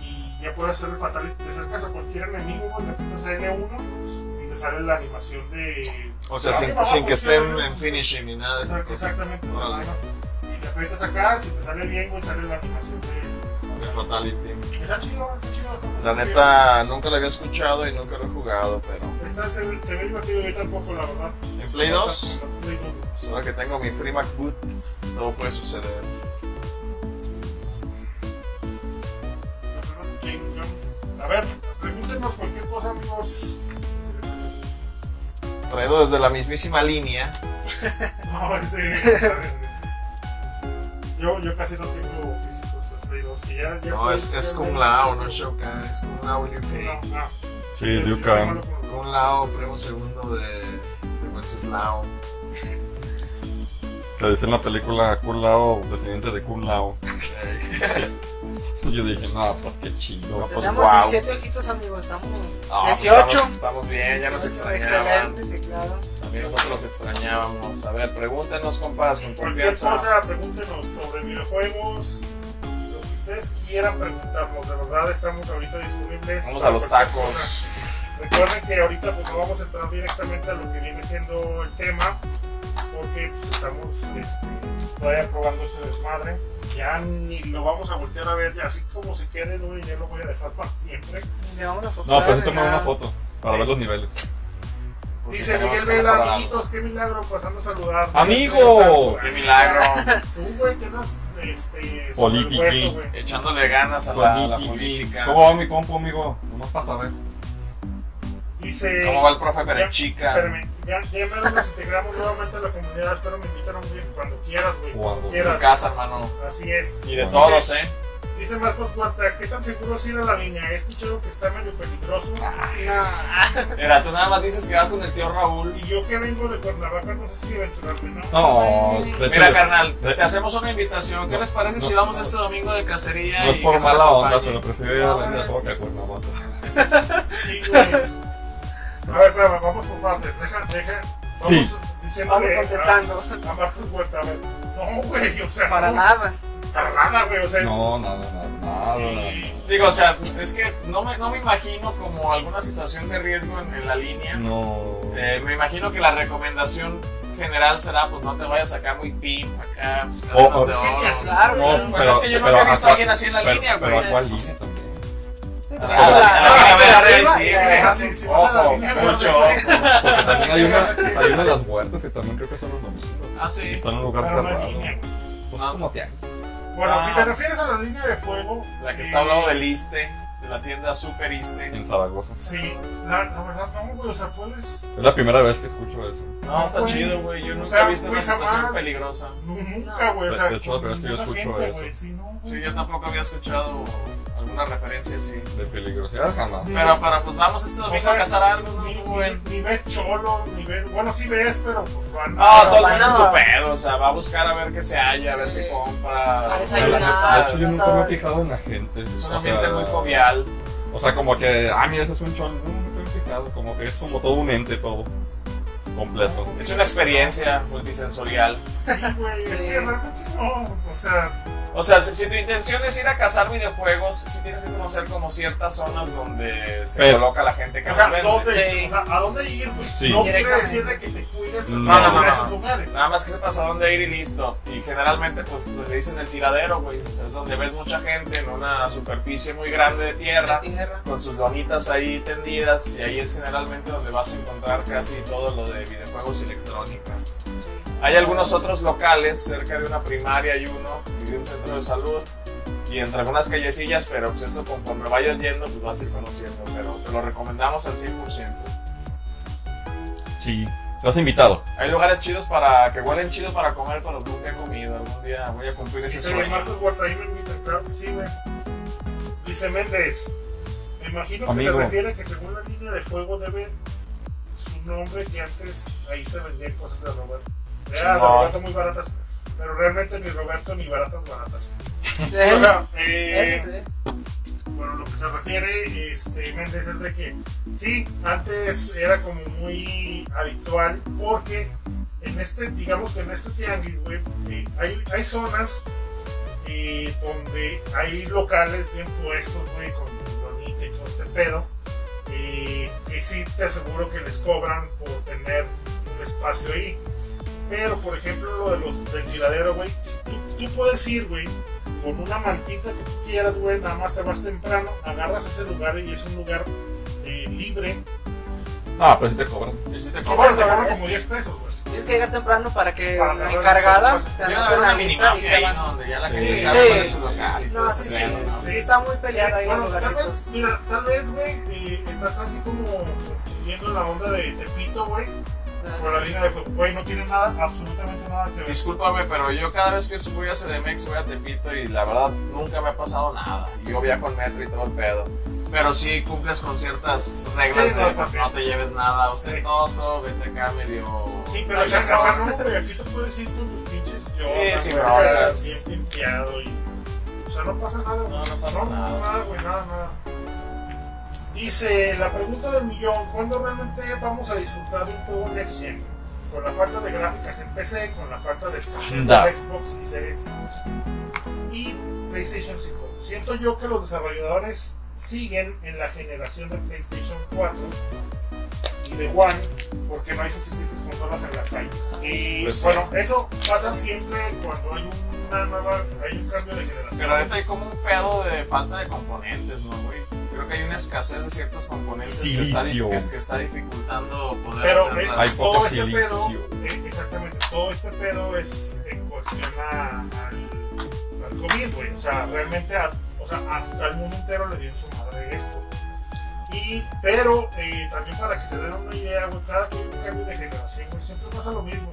C: y ya puedes hacer el fatality. Te acercas a cualquier enemigo, güey, le pones N1 y te sale la animación de.
A: O sea,
C: Arriba,
A: sin,
C: abajo,
A: sin que estén
C: izquierda,
A: en finishing ni nada de esas
C: Exact-
A: cosas.
C: Exactamente.
A: Órale.
C: Y le aprietas acá, si te sale bien, güey, sale la animación de.
A: De Fatality.
C: Está chido, está chido. está
A: La
C: bastante
A: neta, nunca la había escuchado y nunca lo he jugado, pero.
C: Esta se, ve- se ve divertido yo tampoco, la verdad.
A: ¿En Play 2?
C: Play 2.
A: Pues ahora que tengo mi free MacBook, todo puede suceder.
C: A ver, pregúntenos cualquier cosa, amigos.
A: Traído desde la mismísima línea.
C: No, ese. yo, yo casi no tengo físicos de Play 2. Que ya, ya
A: No,
C: estoy-
A: es, es
C: ya-
A: Kung Lao, no es Shokan, es Kung Lao
C: Kung Lao,
A: UK.
C: ah.
B: Sí,
C: Yo- yo
B: Liu Kang.
C: soy malo con los
A: Kung Lao, primo segundo de, de Wenceslao.
B: Que dice en la película Kun Lao, descendiente de Kun Lao. Yo dije, no, pues qué chingo.
A: Pues,
D: Tenemos
A: guau.
D: 17 ojitos, amigos, estamos
A: No, pues
D: 18.
A: Estamos, estamos bien, ya nos
D: 18,
A: extrañaban.
D: Excelente, sí, claro.
A: También nosotros los extrañábamos. A ver, pregúntenos, compas, con
C: Cualquier
A: confianza.
C: cosa, pregúntenos sobre videojuegos, lo que ustedes quieran preguntarnos. De verdad, estamos ahorita disponibles.
A: Vamos a
C: para
A: los
C: cualquier
A: tacos.
C: cosa. Recuerden que ahorita pues, no vamos a entrar directamente a lo que viene siendo el tema, porque pues, estamos este, todavía probando este desmadre. Ya ni lo vamos a voltear a ver, ya así como se quede, no, ya lo voy a dejar para siempre.
A: Pues
D: Le vamos a
B: No,
D: soplar
B: pero sí
D: de
B: tomar una
D: nada.
B: foto para
C: Sí.
B: ver los niveles.
A: Por si
C: Dice
A: tenemos
C: Miguel
A: que
C: Vela,
A: mejorar.
C: amiguitos, qué milagro, pasando a saludar.
B: ¡Amigo!
A: ¡Qué milagro!
C: Tú, güey, que no, este, sobre el
B: Politiquín.
C: hueso, güey.
A: Echándole ganas a la, a la política.
B: ¿Cómo va mi compo, amigo? Nomás para saber.
C: Dice.
A: ¿Cómo va el profe
C: Ya,
A: Pérez Chica?
C: Espérame, ya, ya mero nos integramos nuevamente a la comunidad. Espero me invitan a un día cuando quieras, güey.
B: Cuando
A: En
C: quieras.
A: casa, hermano.
C: Así es.
A: Y de
B: Bueno.
A: todos, ¿eh?
C: Dice Marcos Cuarta, ¿qué tan seguro es ir a la viña? He escuchado que está medio peligroso.
D: No,
A: Mira, tú nada más dices que vas con el tío Raúl.
C: Y yo que vengo de Cuernavaca, no sé si aventurarme, ¿no?
B: No, de hecho,
A: Mira, carnal,
B: de-
A: te hacemos una invitación. ¿Qué
B: No,
A: les parece si
B: no,
A: vamos
B: no.
A: este domingo de cacería?
B: no es
A: y
B: por
A: que nos
B: mala onda,
A: acompañe?
B: pero prefiero ir a la línea de pues, toca a Cuernavaca.
C: Sí, güey. A ver, espérame, vamos por partes. Deja, deja. Vamos
B: Sí.
D: vamos
C: diciéndole
D: contestando.
C: A, a Marcos Cuarta, a ver. No, güey, o sea.
D: Para
C: no,
D: nada.
C: Para nada, güey, o sea. es-
B: No, nada, nada, nada.
C: Pues, Sí.
A: Digo, o sea, es que no me, no me imagino como alguna situación de riesgo en, en la línea.
B: No.
A: Eh, me imagino que la recomendación general será, pues no te vayas acá muy pim, acá, pues
B: O-
A: cadenas
B: o-
A: de
C: Sí,
A: oro.
C: ya sé.
D: Claro,
B: No,
D: güey.
A: Pues es que yo nunca
B: pero
A: he visto a
B: cua-
A: alguien así en la
B: pero-
A: línea,
B: Pero
A: güey.
B: a cuál línea también.
A: A ver, a ver, a ver, sí,
C: Arriba,
A: sí, sí,
C: sí,
A: ojo,
C: sí, sí,
A: mucho
C: sí.
A: ojo.
B: Porque también hay una, hay una de las huertas que también creo que son los domingos.
A: Ah,
B: Y
A: sí,
B: está en un lugar
C: Para la
B: cerrado.
C: viña, güey.
B: Pues es como tianguis.
C: Bueno,
A: Ah.
C: si te refieres a la línea de fuego.
A: la que
C: eh,
A: está al lado del Iste, de la tienda Super Iste.
B: En Zaragoza.
C: Sí, la, la verdad no, güey, o sea, puedes.
B: Es la primera vez que escucho eso.
A: No, está
C: güey.
A: chido, güey. Yo
C: O
A: nunca
C: sea,
A: he visto una
C: güey, jamás.
A: situación peligrosa.
C: nu- Nunca, güey, o
B: De-
C: sea.
B: de hecho, la primera vez que yo
C: mucha
B: escucho
C: gente,
B: eso.
C: güey, sí, no, güey.
A: Sí, yo tampoco había escuchado alguna referencia así.
B: De peligrosidad jamás.
A: Pero para, pues vamos este domingo
C: O sea,
A: a cazar algo,
C: ni,
A: ¿no? ¿Cómo ven?
C: ni- ni ves cholo, ni ves. Bueno, sí ves, pero pues van.
A: Ah, todo el
D: Para
A: mundo en su
D: nada.
A: pedo, o sea, va a buscar a ver qué se halla, a ver qué
D: Sí.
A: compra.
D: A
A: o sea,
D: desayunar.
A: la
B: De
A: neta,
B: hecho, yo
D: Ah,
B: nunca me
D: está-
B: he fijado en la gente.
A: Es un
B: O
A: ambiente
B: sea,
A: muy jovial.
B: O sea, como que, ah, mira, ese es un chon. No, no me he fijado. Como que es como todo un ente, todo. Completo.
A: Es una experiencia multisensorial.
C: Sí, güey, es
D: Sí.
C: que realmente no. O sea,
A: O sea, si, si tu intención es ir a cazar videojuegos, sí tienes que conocer como ciertas zonas donde se
B: Pero-
A: coloca la gente que
C: o
A: los
C: sea,
A: vende.
C: ¿dónde,
D: Sí.
C: o sea, ¿a dónde ir, güey?
B: Sí.
C: No quiere
D: Directamente.
C: decir de que te cuides
B: No,
C: para
A: no, no,
C: ir a esos
A: no.
C: lugares.
A: Nada más que sepas a dónde ir y listo. Y generalmente, pues le dicen el tiradero, güey. O sea, es donde ves mucha gente en una superficie muy grande de tierra,
D: Tierra.
A: con sus donitas ahí tendidas. Y ahí es generalmente donde vas a encontrar casi todo lo de videojuegos y electrónica. Hay algunos otros locales cerca de una primaria y uno, y de un centro de salud. Y entre algunas callecillas, pero pues eso conforme vayas yendo, pues vas a ir conociendo. Pero te lo recomendamos al 100%.
B: Sí. Te has invitado.
A: Hay lugares chidos para que huelen chido para comer, pero nunca he comido. Algún día voy a cumplir ese
C: Dice
A: sueño.
C: Marcos Huerta, ahí me invitan, claro que sí, güey. Dice Méndez, me imagino que
B: Amigo.
C: se refiere que según la línea de fuego debe su nombre que antes ahí se vendían cosas de Roberto. Era
A: Chingón.
C: de Roberto muy baratas, pero realmente ni Roberto ni baratas baratas.
D: Sí,
C: O sea, eh,
D: eso sí.
C: bueno, lo que se refiere, este, Méndez, es de que sí, antes era como muy habitual porque en este, digamos que en este tianguis, güey, eh, hay, hay zonas eh, donde hay locales bien puestos, güey, con su bonita y todo este pedo, eh, que sí te aseguro que les cobran por tener un espacio ahí. Pero, por ejemplo, lo de los del tiradero, güey, si tú, tú puedes ir, güey, con una mantita que tú quieras, güey, nada más te vas temprano, agarras ese lugar y es un lugar eh, libre.
B: Ah, pero si te cobran.
A: Sí, sí te
C: Te cobran
A: cobran,
C: te cobran
A: cabrón.
C: como 10 pesos, güey.
D: Tienes que llegar temprano para que
C: Para
D: la
C: agarrar
D: encargada
C: las cosas.
D: te
A: Debe
D: anote
A: haber
D: una
A: una
D: lista
A: minimafia
D: y te
A: ahí,
D: van.
A: ¿no? Donde ya la
B: Sí.
A: gente
B: Sí.
A: sabe cuál es su local y todo
D: No,
A: ese
D: sí, sí.
A: pedo, ¿no?
D: Sí, está muy peleado ahí
C: Bueno,
D: los
C: tal vez,
D: lugarcitos.
C: mira, tal vez, güey, eh, estás así como viendo la onda de Tepito, güey, por la línea de fuego. Güey, no tiene nada, absolutamente nada que ver.
A: Discúlpame, pero yo cada vez que voy a CDMX voy a Tepito y la verdad nunca me ha pasado nada. Yo viajo en metro y todo el pedo. Pero sí cumples con ciertas reglas
C: Sí,
A: de
C: no,
A: pues,
C: sí.
A: no te lleves nada ostentoso, vete acá medio.
C: Sí, pero
A: Ay,
C: acá,
A: no.
C: acá no, güey, aquí te puedes ir con tus pinches yogas,
A: sí,
C: güey,
A: brothers.
C: bien limpiado y... O sea, no pasa nada, güey.
A: No, no pasa nada.
C: güey, nada, nada. Dice, la pregunta del millón, ¿cuándo realmente vamos a disfrutar de un juego Next Gen? Con la falta de gráficas en PC, con la falta de escasez
B: Anda.
C: de Xbox y Series y PlayStation 5. Siento yo que los desarrolladores siguen en la generación de PlayStation 4 y de One porque no hay suficientes consolas en la calle. Y
A: Pues sí.
C: bueno, eso pasa siempre cuando hay una nueva, hay un cambio de generación.
A: Pero ahorita hay como un pedo de falta de componentes, ¿no, güey? Creo que hay una escasez de ciertos componentes que está, di-
B: Silicio.
A: que, que está dificultando poder
C: Pero
A: hacer
C: eh,
A: las-
B: Hay
C: todo este
B: poco
C: pedo,
B: silicio.
C: eh, exactamente, todo este pedo es en cuestión a- al, al COVID, güey. O sea, realmente, a- o sea, hasta el mundo entero le dio en su madre esto. Y, pero eh, también para que se den una idea, güey, cada que hay un cambio de generación, güey, siempre pasa lo mismo.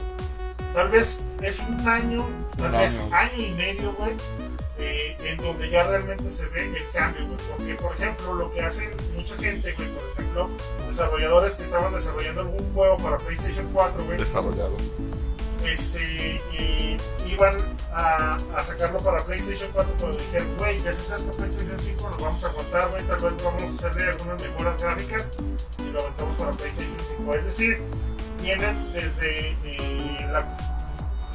C: Tal vez es un año, tal
B: Un
C: vez
B: año.
C: año y medio, güey, eh, en donde ya realmente se ve el cambio, güey. Porque, por ejemplo, lo que hacen mucha gente, güey, por ejemplo, desarrolladores que estaban desarrollando algún juego para PlayStation 4, güey,
B: Desarrollado.
C: este, eh, iban a, a sacarlo para PlayStation 4, pero dijeron, güey, ya se acerca PlayStation 5, nos vamos a aguantar, güey, tal vez vamos a hacerle algunas mejoras gráficas y lo aventamos para PlayStation 5. Es decir, vienen desde eh, la,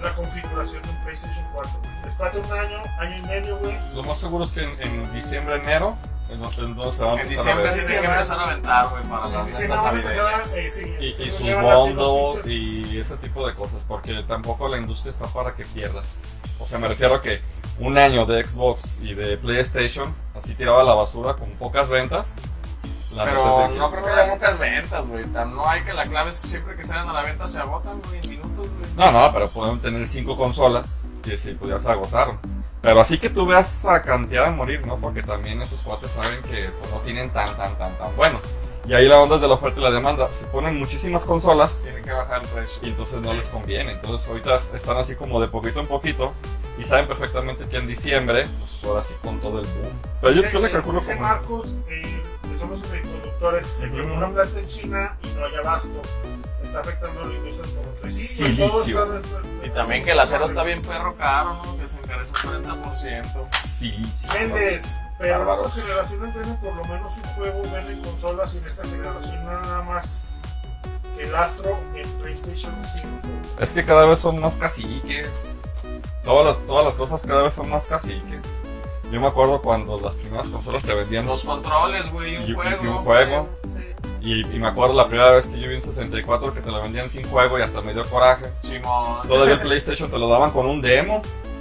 C: la configuración de un PlayStation 4. güey. Les falta un año, año y medio, güey.
B: Lo más seguro es que en, en diciembre, enero, en entonces se van a
A: En
B: empezar a
A: diciembre
B: ver.
A: dicen que empiezan a aventar, güey, para las
C: Dicen,
A: ventas
C: no, van a empezar a-
A: navideñas.
C: eh, sí,
B: Y, y
C: sí,
B: sus
C: llevan así los
B: bondos
C: pinches-
B: y ese tipo de cosas, porque tampoco la industria está para que pierdas. O sea, me refiero a que un año de Xbox y de PlayStation, así tiraba la basura con pocas ventas. la neta
A: Pero
B: es de que-
A: no creo que haya pocas ventas, güey. Tan- No hay que la clave es que siempre que salen a la venta se agotan, güey, en minutos, güey.
B: No, no, pero pueden tener cinco consolas que si pudieras agotar. Pero así que tú veas a cantidad de morir, ¿no? Porque también esos cuates saben que pues, no tienen tan, tan, tan, tan bueno. Y ahí la onda es de la oferta y la demanda. Se ponen muchísimas consolas
A: Tienen que bajar el precio.
B: y entonces no les conviene. Entonces ahorita están así como de poquito en poquito y saben perfectamente que en diciembre, pues ahora sí con todo el boom. Pero yo, yo le
C: Dice-
B: calculo
C: dice
B: como...
C: Marcos, eh, que somos semiconductores, se
B: Ujú.
C: quemó una planta en China y no hay abasto. Está afectando la industria como el
B: Silicio.
A: Y también que el acero está bien perro caro, ¿no? Que se encarece un 40%.
B: silicio.
C: Vendes, pero
B: Bárbaros.
C: otras generaciones venden por lo menos un juego, venden consolas y en esta generación nada más que el Astro en PlayStation 5.
B: Es que cada vez son más caciques. Todas las, todas las cosas cada vez son más caciques. Yo me acuerdo cuando las primeras consolas te vendían
A: Los controles, güey, un
B: Y- y-
A: juego.
B: y un juego.
D: Sí.
B: Y, y me acuerdo la primera vez que yo vi un 64 que te lo vendían sin juego y hasta me dio coraje.
A: Simón.
B: Todavía el PlayStation te lo daban con un demo.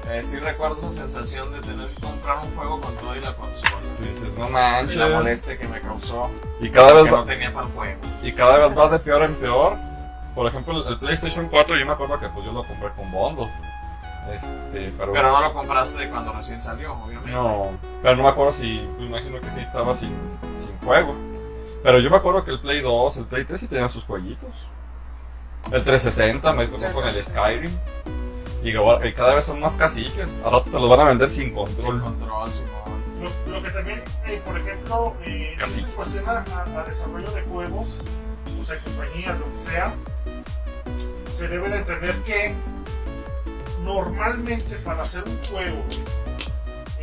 A: Eh, sí recuerdo esa sensación de tener que comprar un juego con todo y la consola.
B: Y dices, no
A: Y la
B: manches.
A: molestia que me causó.
B: Y cada
A: Que
B: vez,
A: no
B: Pues va,
A: tenía para el juego.
B: y cada vez va de peor en peor. Por ejemplo, el- el PlayStation 4 yo me acuerdo que pues yo lo compré con bondo. Este, pero,
A: Pero no lo compraste cuando recién salió, obviamente.
B: No, pero no me acuerdo si, me imagino que sí estaba sin, sin juego. Pero yo me acuerdo que el Play 2, el Play 3 sí tenían sus jueguitos. El 360 me tocó con el Skyrim. Y, ahora- y cada vez son más caciques. Al rato te los van a vender sin
A: Sin
B: control.
A: control, Simón.
C: Lo, lo que también, eh, por ejemplo, eh, sí se cuestiona a, a desarrollo de juegos, o sea, compañías, lo que sea, se debe de entender que normalmente para hacer un juego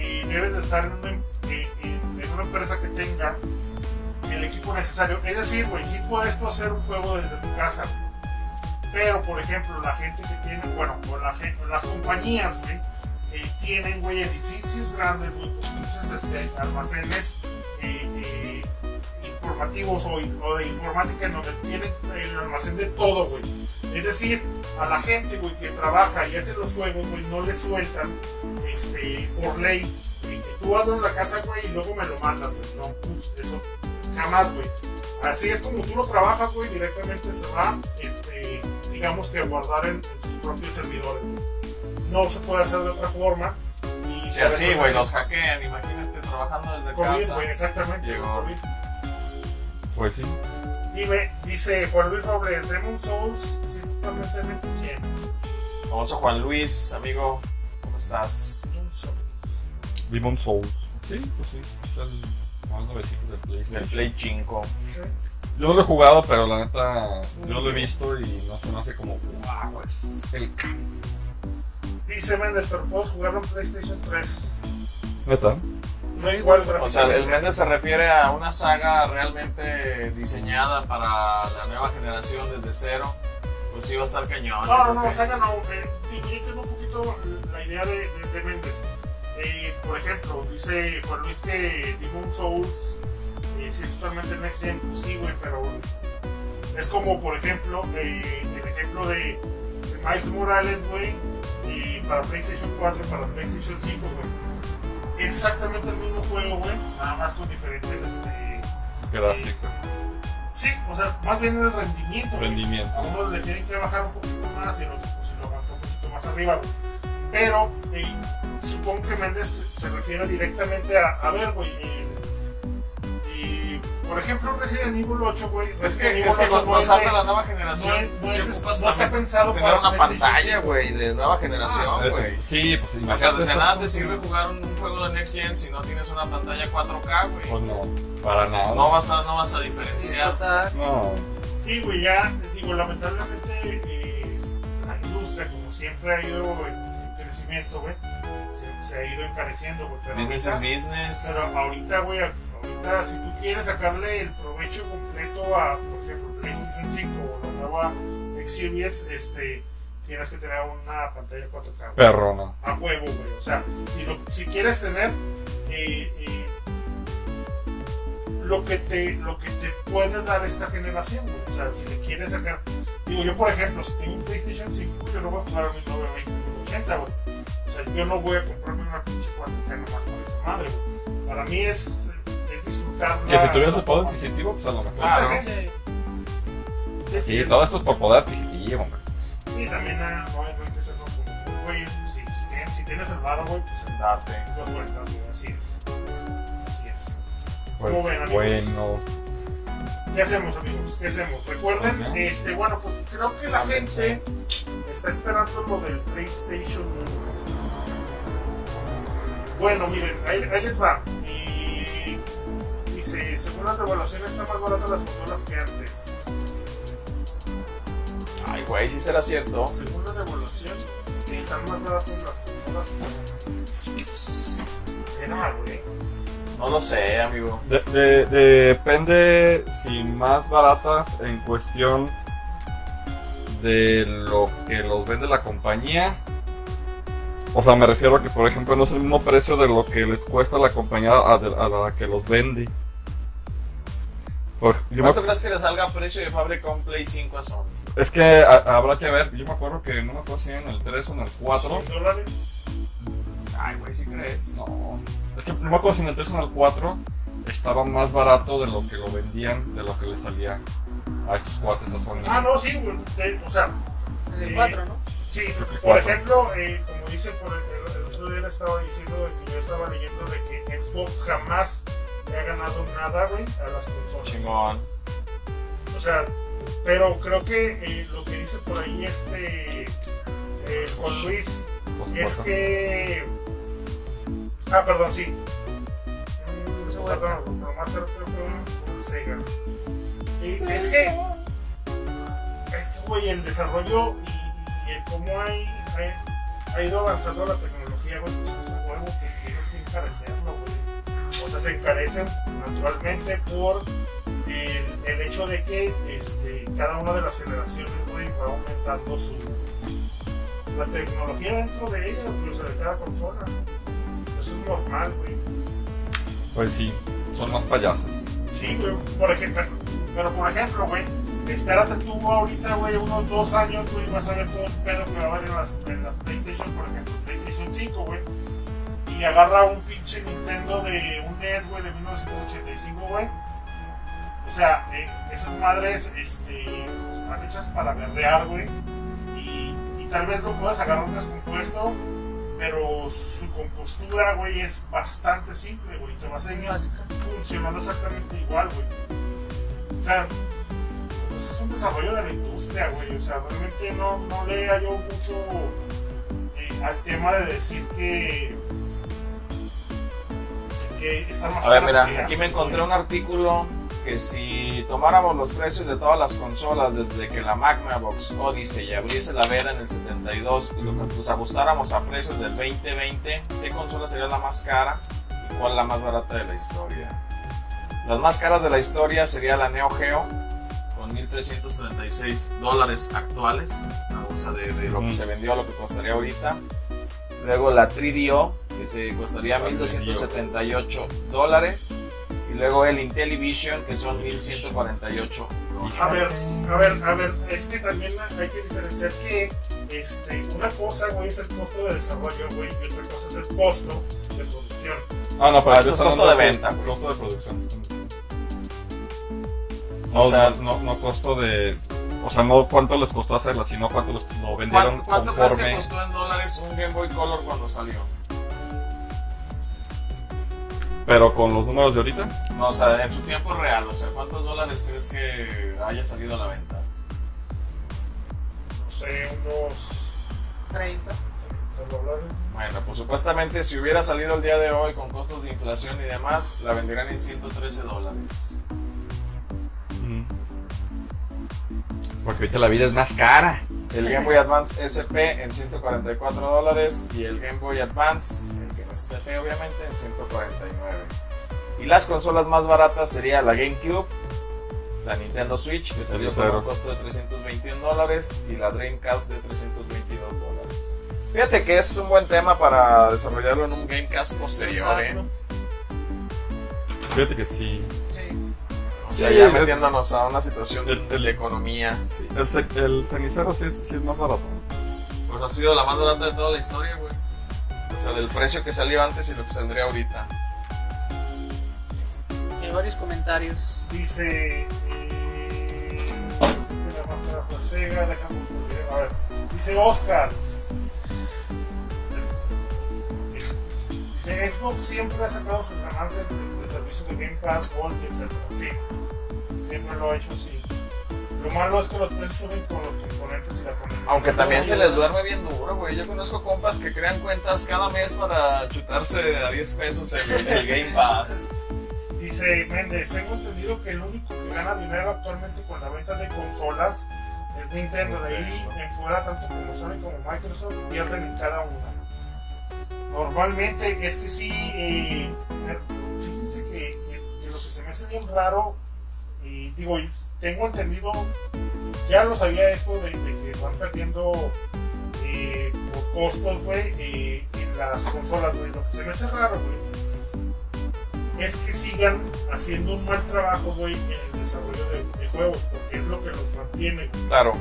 C: y debes de estar en una, em- en- en una empresa que tenga el equipo necesario. Es decir, güey, sí puedes tú hacer un juego desde tu casa, pero por ejemplo, la gente que tiene, bueno, o la gen- las compañías, güey, eh, tienen, güey, edificios grandes, güey, con muchos este, almacenes eh, eh, informativos o, o de informática en donde tienen el almacén de todo, güey. Es decir, a la gente, güey, que trabaja y hace los juegos, güey, no le sueltan, este, por ley, eh, que tú hazlo en la casa, güey, y luego me lo mandas, güey. No, eso jamás, güey. Así es como tú lo trabajas, güey, directamente se va, este, digamos que a guardar en, en sus propios servidores. No se puede hacer de otra forma. Y
A: Si
C: por
A: así,
B: pues,
C: eso
A: güey,
C: se-
A: los hackean, imagínate trabajando desde
C: COVID,
A: casa.
C: güey, exactamente.
A: Llegó.
C: COVID.
B: Pues sí.
C: Dime, dice Juan Luis Robles, Demon Souls, sí, es totalmente bien.
A: Famoso Juan Luis, amigo, ¿cómo estás?
C: Demon Souls.
B: Demon Souls. Sí, pues sí. Es el más nuevecito del
A: Del
B: PlayStation.
A: Play 5.
B: Yo no lo he jugado, pero la neta, yo lo he visto y no se me hace como, wow, es el ca-".
C: Dice Mendes, pero puedo jugarlo en PlayStation 3.
B: ¿Neta?
C: No igual
A: O sea, el
C: gráficamente.
A: Méndez se refiere a una saga realmente diseñada para la nueva generación desde cero. Pues sí, va a estar cañón. yo
C: No,
A: creo
C: no,
A: que-
C: no, Saga no. eh, Divirtiendo un poquito la idea de, de, de Méndez. Eh, por ejemplo, dice Juan Luis que Demon Souls eh, sí es totalmente next gen, pues sí, güey, pero es como, por ejemplo, eh, el ejemplo de, de Miles Morales, güey, y para PlayStation 4 y para PlayStation 5, güey. Es exactamente el mismo juego, güey, nada más con diferentes, este... eh,
B: Gráfico,
C: Sí, o sea, más bien el rendimiento, güey.
B: rendimiento.
C: A uno le tienen que bajar un poquito más y el otro pues, si lo aguanta un poquito más arriba. güey. Pero eh, supongo que Méndez se se refiere directamente a, a ver, güey. eh, eh, por ejemplo, Resident Evil 8, güey.
A: Es que,
C: Resident
A: es que
C: Evil 8
A: cuando
C: no es de-
A: salta la nueva generación,
C: no es-
A: sí
C: no es- este,
A: ocupas
C: no está
A: también
C: pensado
A: tener
C: para
A: una
C: PlayStation.
A: pantalla, güey, de nueva generación,
B: Eh,
A: Ah, güey.
B: Sí, pues
A: O sea,
B: imagínate.
A: de nada te sirve jugar un, un juego de Next Gen si no tienes una pantalla 4K, güey.
B: Pues no, para nada.
A: No vas a, no vas a diferenciar.
D: Disfrutar.
B: No,
C: Sí, güey, ya, digo, lamentablemente eh, la industria, como siempre, ha ido en crecimiento, güey. Se, se ha ido encareciendo, güey. pero
A: Business
C: ahorita-
A: is business.
C: Pero ahorita, güey, ahorita si tú quieres sacarle el provecho completo a, por ejemplo, PlayStation 5 o la nueva X Series, este, tienes que tener una pantalla 4K. güey.
B: perrona.
C: A huevo, güey. O sea, si, lo- si quieres tener eh, eh, lo, que te, lo que te puede dar esta generación, güey. O sea, si le quieres sacar. Digo, yo, por ejemplo, si tengo un PlayStation 5, yo no voy a jugar a mi 980, güey. O sea, yo no voy a comprarme una pinche 4K nomás por esa madre, güey. Para mí es, es disfrutar.
B: Que si tuvieras
C: el
B: el poder adquisitivo, pues a lo mejor.
A: Claro.
D: Sí.
C: Sí,
B: Sí,
C: sí,
B: todo esto es por poder adquisitivo, hombre.
C: sí, también ah, no hay no hay que hacerlo como, güey, si, si tienes- si tienes el varo, güey, pues
A: Date.
C: Lo sueltas, güey, así es. Así es. ¿Cómo ven,
B: Pues
C: amigos?
B: bueno,
C: ¿Qué hacemos, amigos? ¿Qué hacemos? Recuerden,
B: Ajá.
C: este, bueno, pues creo que la gente está esperando lo del PlayStation. Bueno, miren, ahí, ahí les va. Y dice, según las devaluaciones, están más baratas las consolas que antes.
A: Ay, güey, sí será cierto.
C: Según las devaluaciones, están más baratas las consolas que antes. Será, güey.
A: No lo sé, amigo.
B: de- de- de- depende si más baratas en cuestión de lo que los vende la compañía. O sea, me refiero a que, por ejemplo, no es el mismo precio de lo que les cuesta la compañía a, de- a la que los vende. Por- yo me
A: ¿Cuánto crees que le salga a precio de fábrica un Play 5 a Sony?
B: Es que ha- habrá que ver, yo me acuerdo que no me acuerdo si era en el 3 o en el 4.
C: 100 dólares.
A: Ay, güey, ¿sí crees?
B: No, es que no me acuerdo si en el 3 o en el 4 estaba más barato de lo que lo vendían, de lo que le salía a estos cuates a Sony.
C: Ah, no, sí, güey. de- O sea,
D: En
C: Sí.
D: el 4, ¿no?
C: Sí,
B: Creo que
C: por
B: cuatro.
C: ejemplo, eh, como dice por el, el otro día le estaba diciendo de que yo estaba leyendo de que Xbox jamás le ha ganado nada, güey, a las consolas.
A: Chingón.
C: O sea, pero creo que eh, lo que dice por ahí este eh, Juan Luis
B: Pues, Por
C: es
B: supuesto.
C: que. Ah, perdón, sí. Mm,
D: Sí,
C: Perdón, lo más creo que fue un- un Sega. Y es que es que, güey, el desarrollo y, y el cómo hay, hay- ha ido avanzando la tecnología, güey, pues es a huevo que tienes que encarecerlo, güey. O sea, se encarecen naturalmente por el, el hecho de que este, cada una de las generaciones, güey, va aumentando su, la tecnología dentro de ellas, güey, o sea, de cada consola. Eso es normal, güey.
B: Pues sí, son más payasos.
C: Sí, güey, por ejemplo, pero por ejemplo, güey, espérate tú ahorita, güey, unos dos años, güey, vas a ver todo el pedo que va a haber en las, en las PlayStation, por ejemplo, PlayStation 5, güey, y agarra un pinche Nintendo de un NES, güey, de 1985, güey. O sea, eh, esas madres, este, pues, están hechas para guerrear, güey, y, y tal vez lo puedas agarrar un descompuesto, pero su compostura, güey, es bastante simple, güey, te va a seguir
D: Básica.
C: funcionando exactamente igual, güey. O sea, pues es un desarrollo de la industria, güey. O sea, realmente no, no le hallo mucho eh, al tema de decir que. que están más
A: A ver, mira,
C: caras que
A: aquí
C: antes,
A: me encontré
C: güey.
A: un artículo que si tomáramos los precios de todas las consolas desde que la Magnavox Odyssey abriese la veda en el 72 y los, los ajustáramos a precios del 2020, ¿qué consola sería la más cara y cuál la más barata de la historia? Las más caras de la historia sería la Neo Geo con 1.336 dólares actuales, la bolsa de, de lo que
B: Ujú.
A: se vendió a lo que costaría ahorita. Luego la 3DO, que se costaría
B: La
A: 1.278 dólares. Y luego el Intellivision, que son 1.148
C: A ver,
A: dólares.
C: a ver, a ver, es que también hay que diferenciar que este, una cosa, güey, es el costo de desarrollo, güey, y otra cosa es el costo de producción.
B: Ah, no, pero
A: Ah, esto
B: aquí
A: es
B: está
A: costo
B: hablando
A: de venta, güey.
B: Costo de producción. No,
A: O sea-
B: no, no costo de. O sea, no cuánto les costó hacerla, sino cuánto los- lo vendieron
A: ¿Cuánto, cuánto crees que
B: conforme.
A: costó en dólares un Game Boy Color cuando salió?
B: Pero con los números de ahorita,
A: No, o sea, en su tiempo real, o sea, ¿cuántos dólares crees que haya salido a la venta?
C: No sé, unos
D: 30.
C: 30 dólares.
A: Bueno, pues supuestamente si hubiera salido el día de hoy con costos de inflación y demás, la venderían en 113 dólares.
B: porque ahorita la vida es más cara.
A: El Game Boy Advance SP en 144 dólares y el Game Boy Advance, el que no es SP obviamente, en 149. Y las consolas más baratas sería la GameCube, la Nintendo Switch, que salió con un
B: Cero.
A: costo de 321 dólares, y la Dreamcast de 322 dólares. Fíjate que es un buen tema para desarrollarlo en un Gamecast posterior, ¿eh?
B: Fíjate que sí.
D: Sí.
A: O sea,
B: Sí,
A: ya
B: el-
A: metiéndonos a una situación
B: el- el-
A: de economía.
B: El, ce- el cenicero sí es, sí es más barato.
A: Pues ha sido la más barata de toda la historia, güey. O sea, del precio que salió antes y lo que saldría ahorita.
D: Hay varios comentarios.
C: Dice. eh, espera, más para José, dejamos un video. A ver, Dice Oscar. Dice Xbox siempre ha sacado sus ganancias del del servicio de Game Pass, Gold, etc. Sí, siempre lo ha hecho así. Lo malo es que los precios suben con los componentes y la tecnología.
A: Aunque también se les
C: duele
A: duerme bien duro, güey. Yo conozco compas que crean cuentas cada mes para chutarse a 10 pesos el, el Game Pass.
C: Dice Méndez, tengo entendido que el único que gana dinero actualmente con la venta de consolas es Nintendo. De ahí en fuera, tanto como Sony como Microsoft pierden en cada una. Normalmente es que sí, eh, fíjense que, que- que lo que se me hace bien raro, y digo, tengo entendido, ya lo sabía esto de, de que van perdiendo eh, por costos, güey, eh, en las consolas, güey. Lo que se me hace raro, güey es que sigan haciendo un mal trabajo, güey, en el desarrollo de, de juegos, porque es lo que los mantiene. güey.
A: Claro.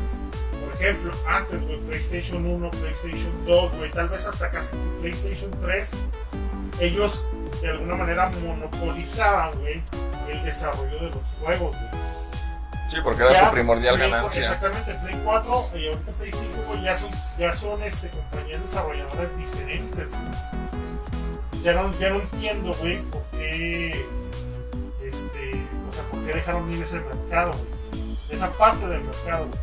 C: Por ejemplo, antes, güey, PlayStation 1, PlayStation 2, güey, tal vez hasta casi que PlayStation 3, ellos de alguna manera monopolizaban, güey, el desarrollo de los juegos, güey.
A: Sí, porque era
C: Ya,
A: su primordial
C: Play-
A: ganancia.
C: Exactamente, Play 4 y ahorita Play 5 güey, ya son, ya son este, compañías desarrolladoras diferentes. güey. Ya no, ya no entiendo, güey, por qué, este, o sea, por qué dejaron ir ese mercado, güey. Esa parte del mercado, güey.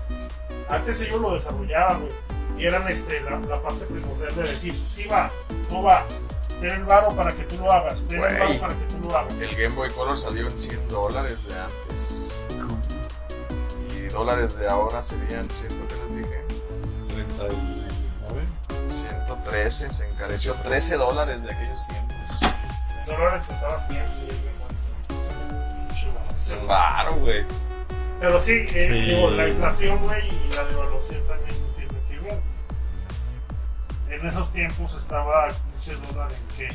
C: Antes ellos lo desarrollaban, güey. Y eran este, la, la parte primordial de decir, sí va, no va, ten el varo para que tú lo hagas, ten el
A: Güey.
C: varo para que tú lo hagas.
A: El Game Boy Color salió en 100 dólares de antes. Y dólares de ahora serían, ¿cierto que les dije?
B: 39.
A: 113, se encareció 13 dólares de aquellos tiempos.
C: El dólar estaba 100.
A: Qué Raro, güey.
C: Pero sí, eh,
B: Sí.
C: digo, la inflación, güey, y la devaluación también tiene que ver. En esos tiempos estaba pinche dólar en qué.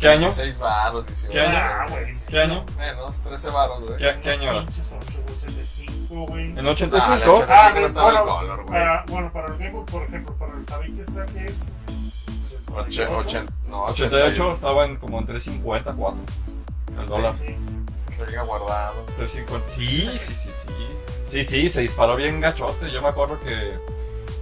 B: ¿Qué año?
A: 16 baros, 18.
B: ¿Qué año?
C: Ah, güey.
B: ¿Qué año?
A: Menos, 13 baros, güey.
B: ¿Qué, qué año era?
C: Pinches 85, güey.
B: ¿En
A: Ah,
B: 85?
A: la
C: Ah,
A: sí que no estaba el color, güey.
C: para, bueno, para el Game Boy, por ejemplo, para el tabique está que es.
A: Oche- ochen- no,
B: 88 estaba en como en 350, 4. El dólar.
C: Sí.
A: Se llega guardado.
B: 350. Sí, sí, sí, sí. Sí, sí, se disparó bien gachote. Yo me acuerdo que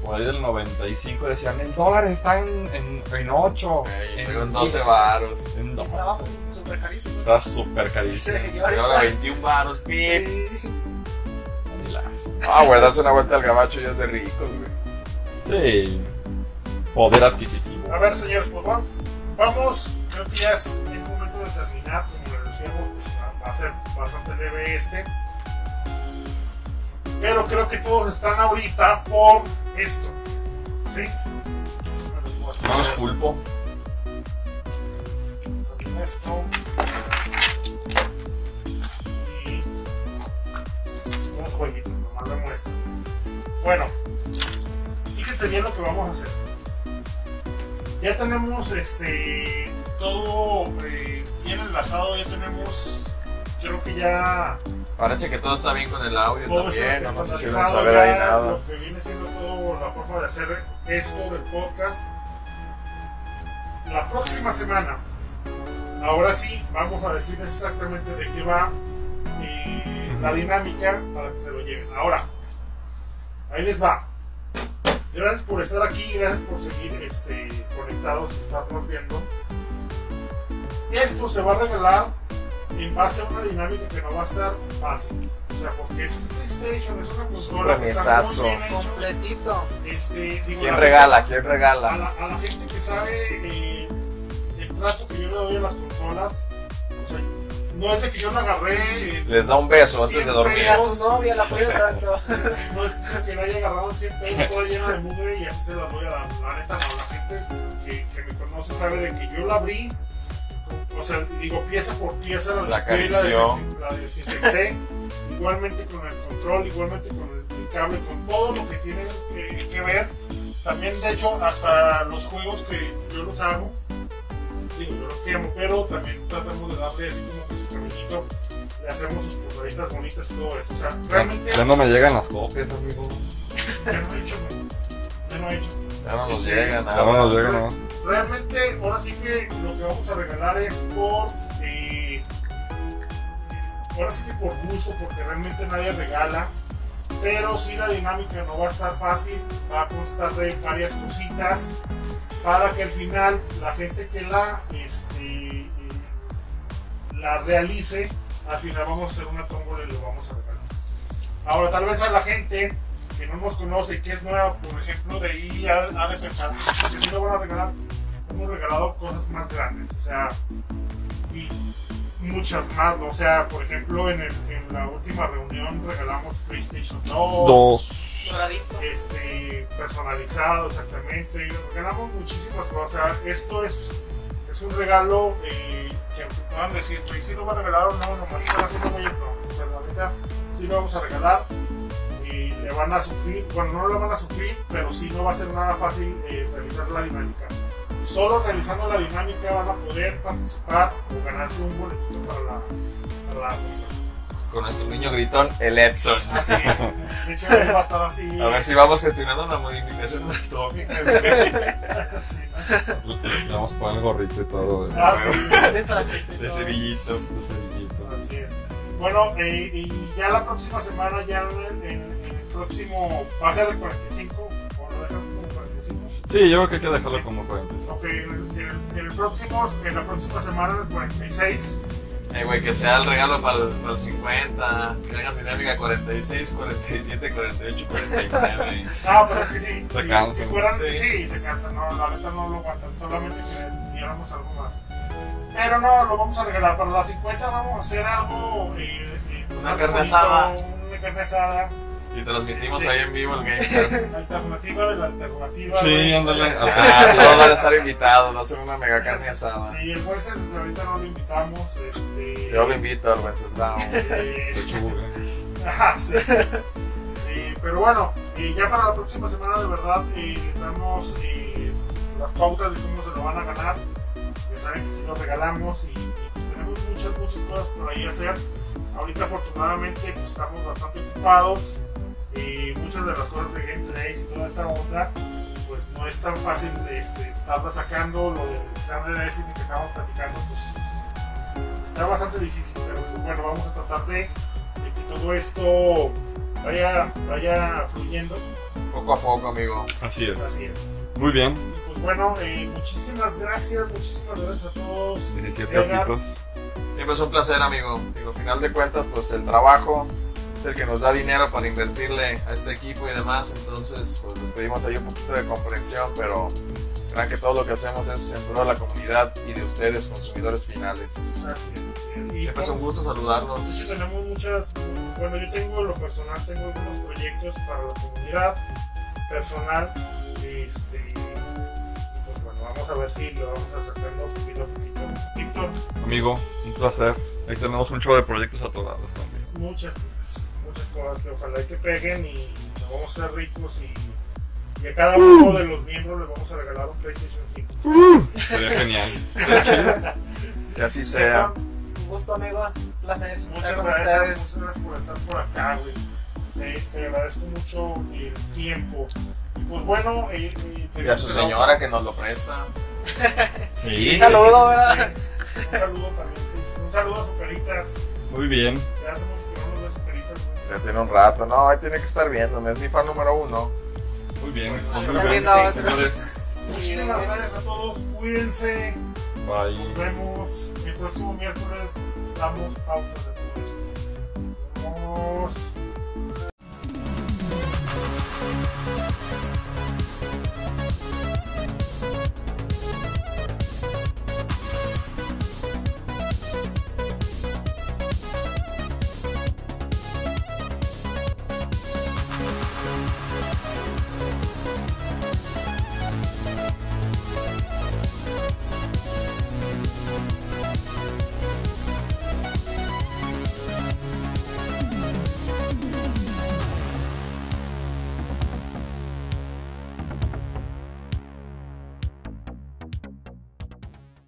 B: por ahí del 95 decían, el dólar está en, en, 8.
A: Ok, luego en 12 varos.
B: En 12.
D: Estaba súper carísimo.
B: Está súper carísimo.
D: Sí,
A: Y ahora 21 baros, pip.
D: Sí.
B: Y las-
A: Ah, güey, darse una vuelta al gabacho ya es de rico, güey.
B: Sí. Poder adquisitivo.
C: A ver, señores, pues va- vamos. Creo que ya es el momento de terminar. Como les decíamos, va a ser bastante leve este. Pero creo que todos están ahorita por esto. ¿Sí? pues,
B: No los culpo.
C: También esto. Y unos jueguitos, nomás de muestra. Bueno, fíjense bien lo que vamos a hacer. Ya tenemos este todo eh, bien enlazado, ya tenemos, creo que ya
A: Parece que todo está bien con el audio
C: todo
A: también.
C: está
A: No nos hicieron
C: estandarizado,
A: saber ahí
C: ya
A: nada.
C: lo que viene siendo todo la forma de hacer esto del podcast. La próxima semana, ahora sí, vamos a decir exactamente de qué va eh, la dinámica para que se lo lleven. Ahora, ahí les va. Gracias por estar aquí, gracias por seguir este, conectados, estar rompiendo. Esto se va a regalar en base a una dinámica que no va a estar fácil. O sea, porque es un PlayStation, es una consola que está muy
A: remesazo.
C: bien hecho.
D: Completito.
C: Este, digo,
A: ¿Quién
C: la-
A: regala? ¿Quién
C: a
A: regala?
C: la, a la gente que sabe eh, el trato que yo le doy a las consolas, o sea, no es de que yo la agarré, eh,
A: Les da un beso antes de dormir.
D: Y a su novia la apoyo tanto.
C: no es pues, que la haya agarrado siempre pesos toda llena de mugre y así se la voy a dar. La neta, no, la gente que, que me conoce sabe de que yo la abrí, o sea, digo pieza por pieza, la,
A: La
C: limpié y
A: acarició.
C: desin- la desinfecté, igualmente con el control, igualmente con el, el cable, con todo lo que tiene que, que ver. También, de hecho, hasta los juegos que yo los hago, digo, yo los quemo, pero también tratamos de darle así como que su caminito. Le hacemos sus portaditas bonitas y todo esto. O sea, realmente.
B: Ya no me llegan las copias, amigo.
C: Ya no he hecho, güey. Ya no he hecho.
A: Ya no nos llega
B: Ya no nos
A: nada.
B: llegan, ¿no?
C: Realmente, ahora sí que lo que vamos a regalar es por. eh, ahora sí que por gusto, porque realmente nadie regala. Pero sí la dinámica no va a estar fácil. Va a constar de varias cositas. Para que al final la gente que la, este, eh, la realice, al final vamos a hacer una tómbola y lo vamos a regalar. Ahora, tal vez a la gente que no nos conoce y que es nueva, por ejemplo, de ahí ha, ha de pensar, si me van a regalar, hemos regalado cosas más grandes, o sea, y muchas más, ¿no? o sea, por ejemplo, en, el- en la última reunión regalamos PlayStation 2,
B: Dos.
D: Doradito.
C: este, personalizado exactamente, regalamos muchísimas cosas, esto es, es un regalo eh, que aunque puedan decir, pues si lo va a regalar o no, nomás están haciendo güeyes, no, o sea, la neta, sí lo vamos a regalar, y le van a sufrir, bueno, no lo van a sufrir, pero sí no va a ser nada fácil eh, realizar la dinámica. Solo realizando la dinámica van a poder participar o ganarse un boletito para la... Para la
A: Con nuestro niño gritón, el Edson.
C: así, de hecho, va a estar así.
A: A ver si vamos gestionando una modificación anatómica. güey.
C: así, ¿no?
B: Le vamos a poner el gorrito y todo. ¿eh?
C: Ah, sí,
D: Desfracete,
A: De
D: ¿no?
A: cerillito.
B: Un cerillito.
C: Así es. Bueno, eh, y ya la próxima semana, ya en, en el próximo, va a ser el 45, o lo dejan como 45.
B: Sí, yo creo que hay que dejarlo como 45.
C: Ok, en el, en el próximo, en la próxima semana, el 46.
A: Eh, güey, que sea el regalo para el, para el 50. Que hagan dinámica 46, 47, 48, 49.
C: Ah, pero es que sí.
B: Se
C: sí,
B: cansan,
C: Si fueran, sí.
A: sí.
C: se cansan. No, la neta no lo aguantan. Solamente que diéramos algo más. Pero no, lo vamos a regalar. Para las 50 vamos a hacer algo. eh, eh, pues,
A: Una
C: algo
A: carne
C: bonito,
A: asada.
C: Una carne asada.
A: Y transmitimos
C: Este-
A: ahí en vivo el Gamecast.
C: Alternativa de la alternativa.
B: Sí,
C: güey.
B: ándale.
A: Ah,
B: alternativa.
A: todos van a estar invitados, va a ser una mega carne asada.
C: Sí, el juez desde ahorita no lo invitamos. Este,
A: Yo lo invito al Wenceslao.
C: eh,
B: De Chuburga.
C: Ajá, sí. Eh, pero bueno, eh, ya para la próxima semana de verdad eh, les damos eh, las pautas de cómo se lo van a ganar. Ya saben que si lo regalamos y, y, pues, tenemos muchas, muchas cosas por ahí hacer. Ahorita afortunadamente pues, estamos bastante ocupados. Eh, muchas de las cosas de Game Trace y toda esta onda pues no es tan fácil este, estarla sacando. Lo de Sandra Destiny que estamos platicando pues está bastante difícil, pero pues, bueno, vamos a tratar de de que todo esto vaya, vaya fluyendo.
A: Poco a poco, amigo.
B: Así es.
C: Así es.
B: Muy bien.
C: Y pues bueno, eh, muchísimas gracias, muchísimas gracias a todos.
B: 17
C: Edgar,
B: ojitos.
A: Siempre es un placer, amigo. Y al final de cuentas, pues el trabajo es el que nos da dinero para invertirle a este equipo y demás. Entonces, pues les pedimos ahí un poquito de comprensión, pero crean que todo lo que hacemos es en pro de la comunidad y de ustedes, consumidores finales.
C: así es. Y
A: Siempre es
C: por-
A: un gusto
C: De
A: saludarlos.
C: hecho, tenemos muchas. Bueno, yo tengo en lo personal, tengo algunos proyectos para la comunidad personal. Este, y pues bueno, vamos a ver si lo vamos a sacando poquito a poquito. Víctor,
B: Amigo, un placer. Ahí tenemos un show de proyectos atorados también.
C: muchas, muchas cosas que ojalá que peguen y nos vamos a ser ricos y, y a cada uno de los miembros le vamos a regalar un PlayStation 5.
B: Sería genial.
A: Que así sea.
D: Un gusto, amigos. Un placer estar
C: Muchas
D: con
C: gracias,
D: ustedes.
C: muchas gracias por estar por acá, güey. Te, te agradezco mucho el tiempo. Y pues bueno, eh, eh, te-
A: Y a su
C: te-
A: señora que nos lo presta.
B: Sí.
D: Un saludo,
C: Sí,
D: ¿verdad?
C: Un saludo también, sí, sí, un saludo a sus peritas.
B: Muy bien.
C: Te hace mucho que no nos ves, peritas. güey.
A: Ya tiene un rato. No, ahí tiene que estar viéndome. Es mi fan número uno.
B: Muy bien.
C: Bueno,
B: Muy
D: también
B: bien.
D: no.
B: Señores,
D: Sí,
C: Muchísimas gracias a todos, cuídense. Nos
B: bye.
C: vemos el próximo miércoles. Damos pautas de todo esto. Nos vemos.